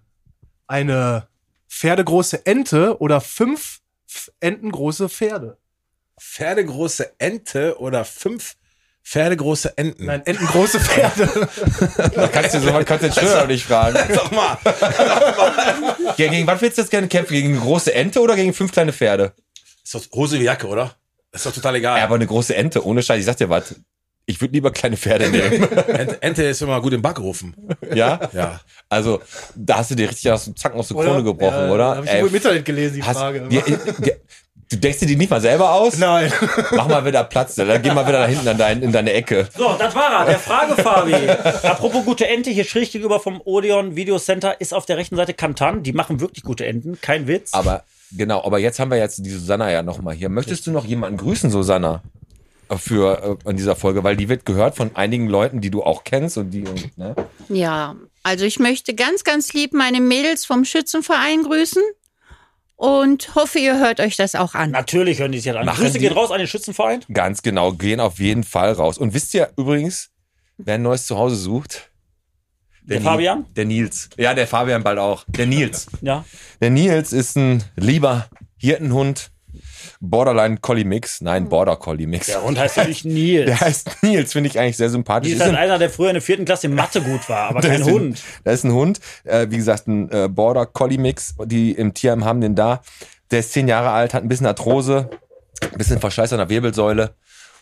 H: Eine pferdegroße Ente oder fünf f- entengroße Pferde?
G: Pferdegroße Ente oder fünf pferdegroße Enten?
H: Nein, entengroße
B: *laughs*
H: Pferde.
B: Da kannst du so kannst du den Schröder nicht fragen.
G: *laughs* Sag mal.
B: Ja, gegen was willst du jetzt gerne kämpfen? Gegen eine große Ente oder gegen fünf kleine Pferde?
G: Ist doch Hose wie Jacke, oder? Ist doch total egal.
B: Ja, aber eine große Ente, ohne Scheiß. Ich sag dir was. Ich würde lieber kleine Pferde nehmen.
G: *laughs* Ente, Ente ist immer gut im Backofen.
B: ja?
G: Ja.
B: Also, da hast du dir richtig aus dem Zacken aus der Krone gebrochen,
H: ja,
B: oder?
H: Habe ich wohl im Internet gelesen, die
B: hast,
H: Frage.
B: die, die, du denkst dir die nicht mal selber aus?
H: Nein.
B: Mach mal wieder Platz, dann geh mal wieder da hinten an dein, in deine Ecke.
D: So, das war er, der Frage, Fabi. *laughs* Apropos gute Ente, hier schräg gegenüber vom Odeon Video Center ist auf der rechten Seite Kantan. Die machen wirklich gute Enten, kein Witz.
B: Aber, genau, aber jetzt haben wir jetzt die Susanna ja nochmal hier. Möchtest du noch jemanden grüßen, Susanna? Für äh, in dieser Folge, weil die wird gehört von einigen Leuten, die du auch kennst und die. Ne?
C: Ja, also ich möchte ganz, ganz lieb meine Mädels vom Schützenverein grüßen und hoffe, ihr hört euch das auch an.
D: Natürlich hören die es ja an.
B: Machen
D: Grüße
B: die-
D: gehen raus an den Schützenverein.
B: Ganz genau, gehen auf jeden Fall raus. Und wisst ihr übrigens, wer ein neues Zuhause sucht?
D: Der Fabian?
B: Der Nils. Ja, der Fabian bald auch. Der Nils.
D: Ja.
B: der Nils ist ein lieber Hirtenhund, Borderline Collie Mix. Nein, Border Collie Mix.
D: Der Hund heißt natürlich Nils.
B: Der heißt Nils, finde ich eigentlich sehr sympathisch.
D: Nils
B: Ist
D: ist
B: ein-
D: halt einer, der früher in der vierten Klasse in Mathe gut war, aber kein
B: ist ein-
D: Hund.
B: Da ist ein Hund, äh, wie gesagt, ein äh, Border Collie Mix, die im Tierheim haben den da. Der ist zehn Jahre alt, hat ein bisschen Arthrose, ein bisschen Verschleiß an der Wirbelsäule.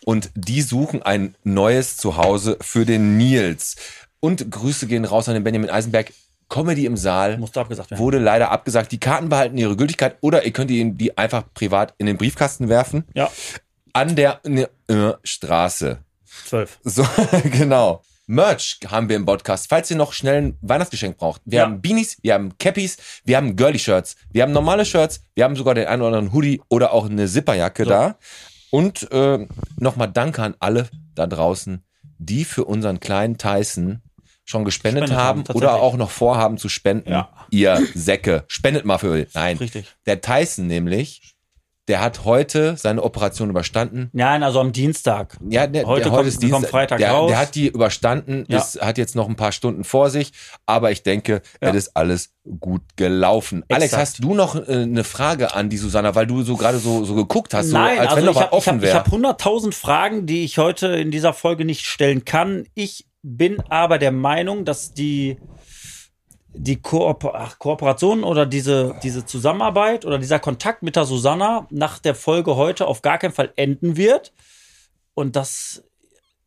B: Und die suchen ein neues Zuhause für den Nils. Und Grüße gehen raus an den Benjamin Eisenberg. Comedy im Saal
D: Musste abgesagt werden.
B: wurde leider abgesagt. Die Karten behalten ihre Gültigkeit oder ihr könnt ihn- die einfach privat in den Briefkasten werfen.
D: Ja,
B: An der ne, äh, Straße.
D: zwölf.
B: So, *laughs* genau. Merch haben wir im Podcast, falls ihr noch schnell ein Weihnachtsgeschenk braucht. Wir
D: Ja.
B: haben Beanies, wir haben Cappies, wir haben Girly-Shirts, wir haben normale Shirts, wir haben sogar den einen oder anderen Hoodie oder auch eine Zipperjacke da. Und äh, nochmal danke an alle da draußen, die für unseren kleinen Tyson schon gespendet
D: Spendet haben,
B: haben oder
D: tatsächlich.
B: auch noch vorhaben zu spenden.
D: Ja.
B: Ihr Säcke, spendet mal für... Nein,
D: Richtig.
B: der Tyson nämlich, der hat heute seine Operation überstanden.
D: Nein, also am Dienstag.
B: Ja, der,
D: Heute
B: der,
D: kommt-
B: heute ist
D: wir kommen
B: Dienstag.
D: Freitag
B: der,
D: raus.
B: der hat die überstanden,
D: Ja.
B: ist, hat jetzt noch ein paar Stunden vor sich, aber ich denke,
D: Ja.
B: es ist alles gut gelaufen. Alex,
D: Exakt.
B: hast du noch äh, eine Frage an die Susanna, weil du so gerade so, so geguckt hast,
D: Nein,
B: so, als wenn
D: also
B: noch
D: ich
B: was
D: habe ich hab,
B: offen
D: ich
B: wäre?
D: hab 100.000 Fragen, die ich heute in dieser Folge nicht stellen kann. Ich bin aber der Meinung, dass die die Koop Ach, Kooperation oder diese, diese Zusammenarbeit oder dieser Kontakt mit der Susanna nach der Folge heute auf gar keinen Fall enden wird. Und dass,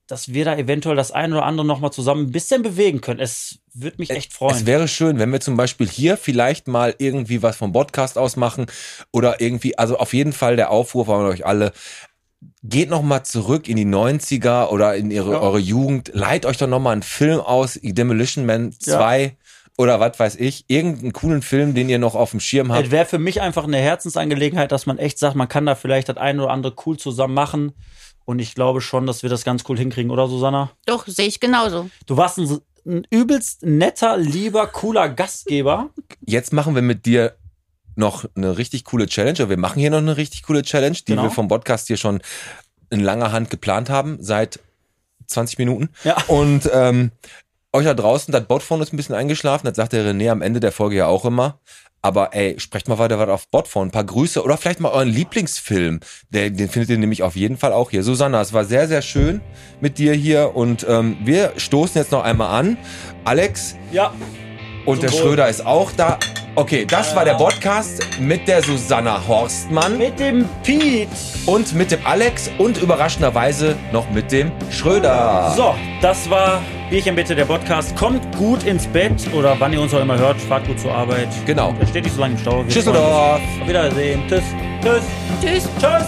D: dass wir da eventuell das ein oder andere nochmal zusammen ein bisschen bewegen können. Es würde mich echt
B: Es
D: freuen.
B: wäre schön, wenn wir zum Beispiel hier vielleicht mal irgendwie was vom Podcast aus machen oder irgendwie, also auf jeden Fall der Aufruf an euch alle. Geht noch mal zurück in die 90er oder in ihre, eure Jugend. Leiht euch doch noch mal einen Film aus, Demolition Man 2 oder was weiß ich. Irgendeinen coolen Film, den ihr noch auf dem Schirm habt.
D: Es wäre für mich einfach eine Herzensangelegenheit, dass man echt sagt, man kann da vielleicht das ein oder andere cool zusammen machen. Und ich glaube schon, dass wir das ganz cool hinkriegen, oder Susanna?
C: Doch, sehe ich genauso.
D: Du warst ein, ein übelst netter, lieber, cooler Gastgeber.
B: jetzt machen wir mit dir noch eine richtig coole Challenge. Oder Wir machen hier noch eine richtig coole Challenge, die
D: Genau.
B: wir vom Podcast hier schon in langer Hand geplant haben, seit 20 Minuten.
D: Ja.
B: Und ähm, euch da draußen, das Botphone ist ein bisschen eingeschlafen, das sagt der René am Ende der Folge ja auch immer. Aber ey, sprecht mal weiter was auf Botphone, ein paar Grüße oder vielleicht mal euren Lieblingsfilm. Der, den findet ihr nämlich auf jeden Fall auch hier. Susanna, es war sehr, sehr schön mit dir hier und ähm, wir stoßen jetzt noch einmal an. Alex,
D: Ja,
B: und der
D: Wohl.
B: Schröder ist auch da. Okay, das war der Podcast mit der Susanna Horstmann
D: mit dem Pete.
B: und mit dem Alex und überraschenderweise noch mit dem Schröder.
D: So, das war Bierchen bitte, der Podcast. Kommt gut ins Bett oder wann ihr uns auch immer hört, fahrt gut zur Arbeit.
B: Genau.
D: Steht nicht so lange im Stau. Wir freuen
B: Tschüsseldorf.
D: uns. Auf Wiedersehen. Tschüss. Tschüss.
C: Tschüss.
D: Tschüss.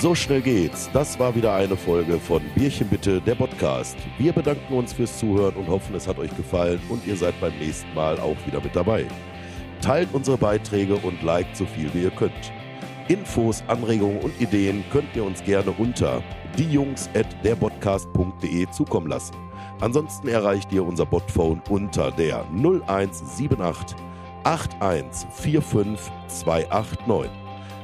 A: So schnell geht's. Das war wieder eine Folge von Bierchen bitte, der Podcast. Wir bedanken uns fürs Zuhören und hoffen, es hat euch gefallen und ihr seid beim nächsten Mal auch wieder mit dabei. Teilt unsere Beiträge und liked so viel wie ihr könnt. Infos, Anregungen und Ideen könnt ihr uns gerne unter diejungs@derpodcast.de zukommen lassen. Ansonsten erreicht ihr unser Botphone unter der 0178 8145289.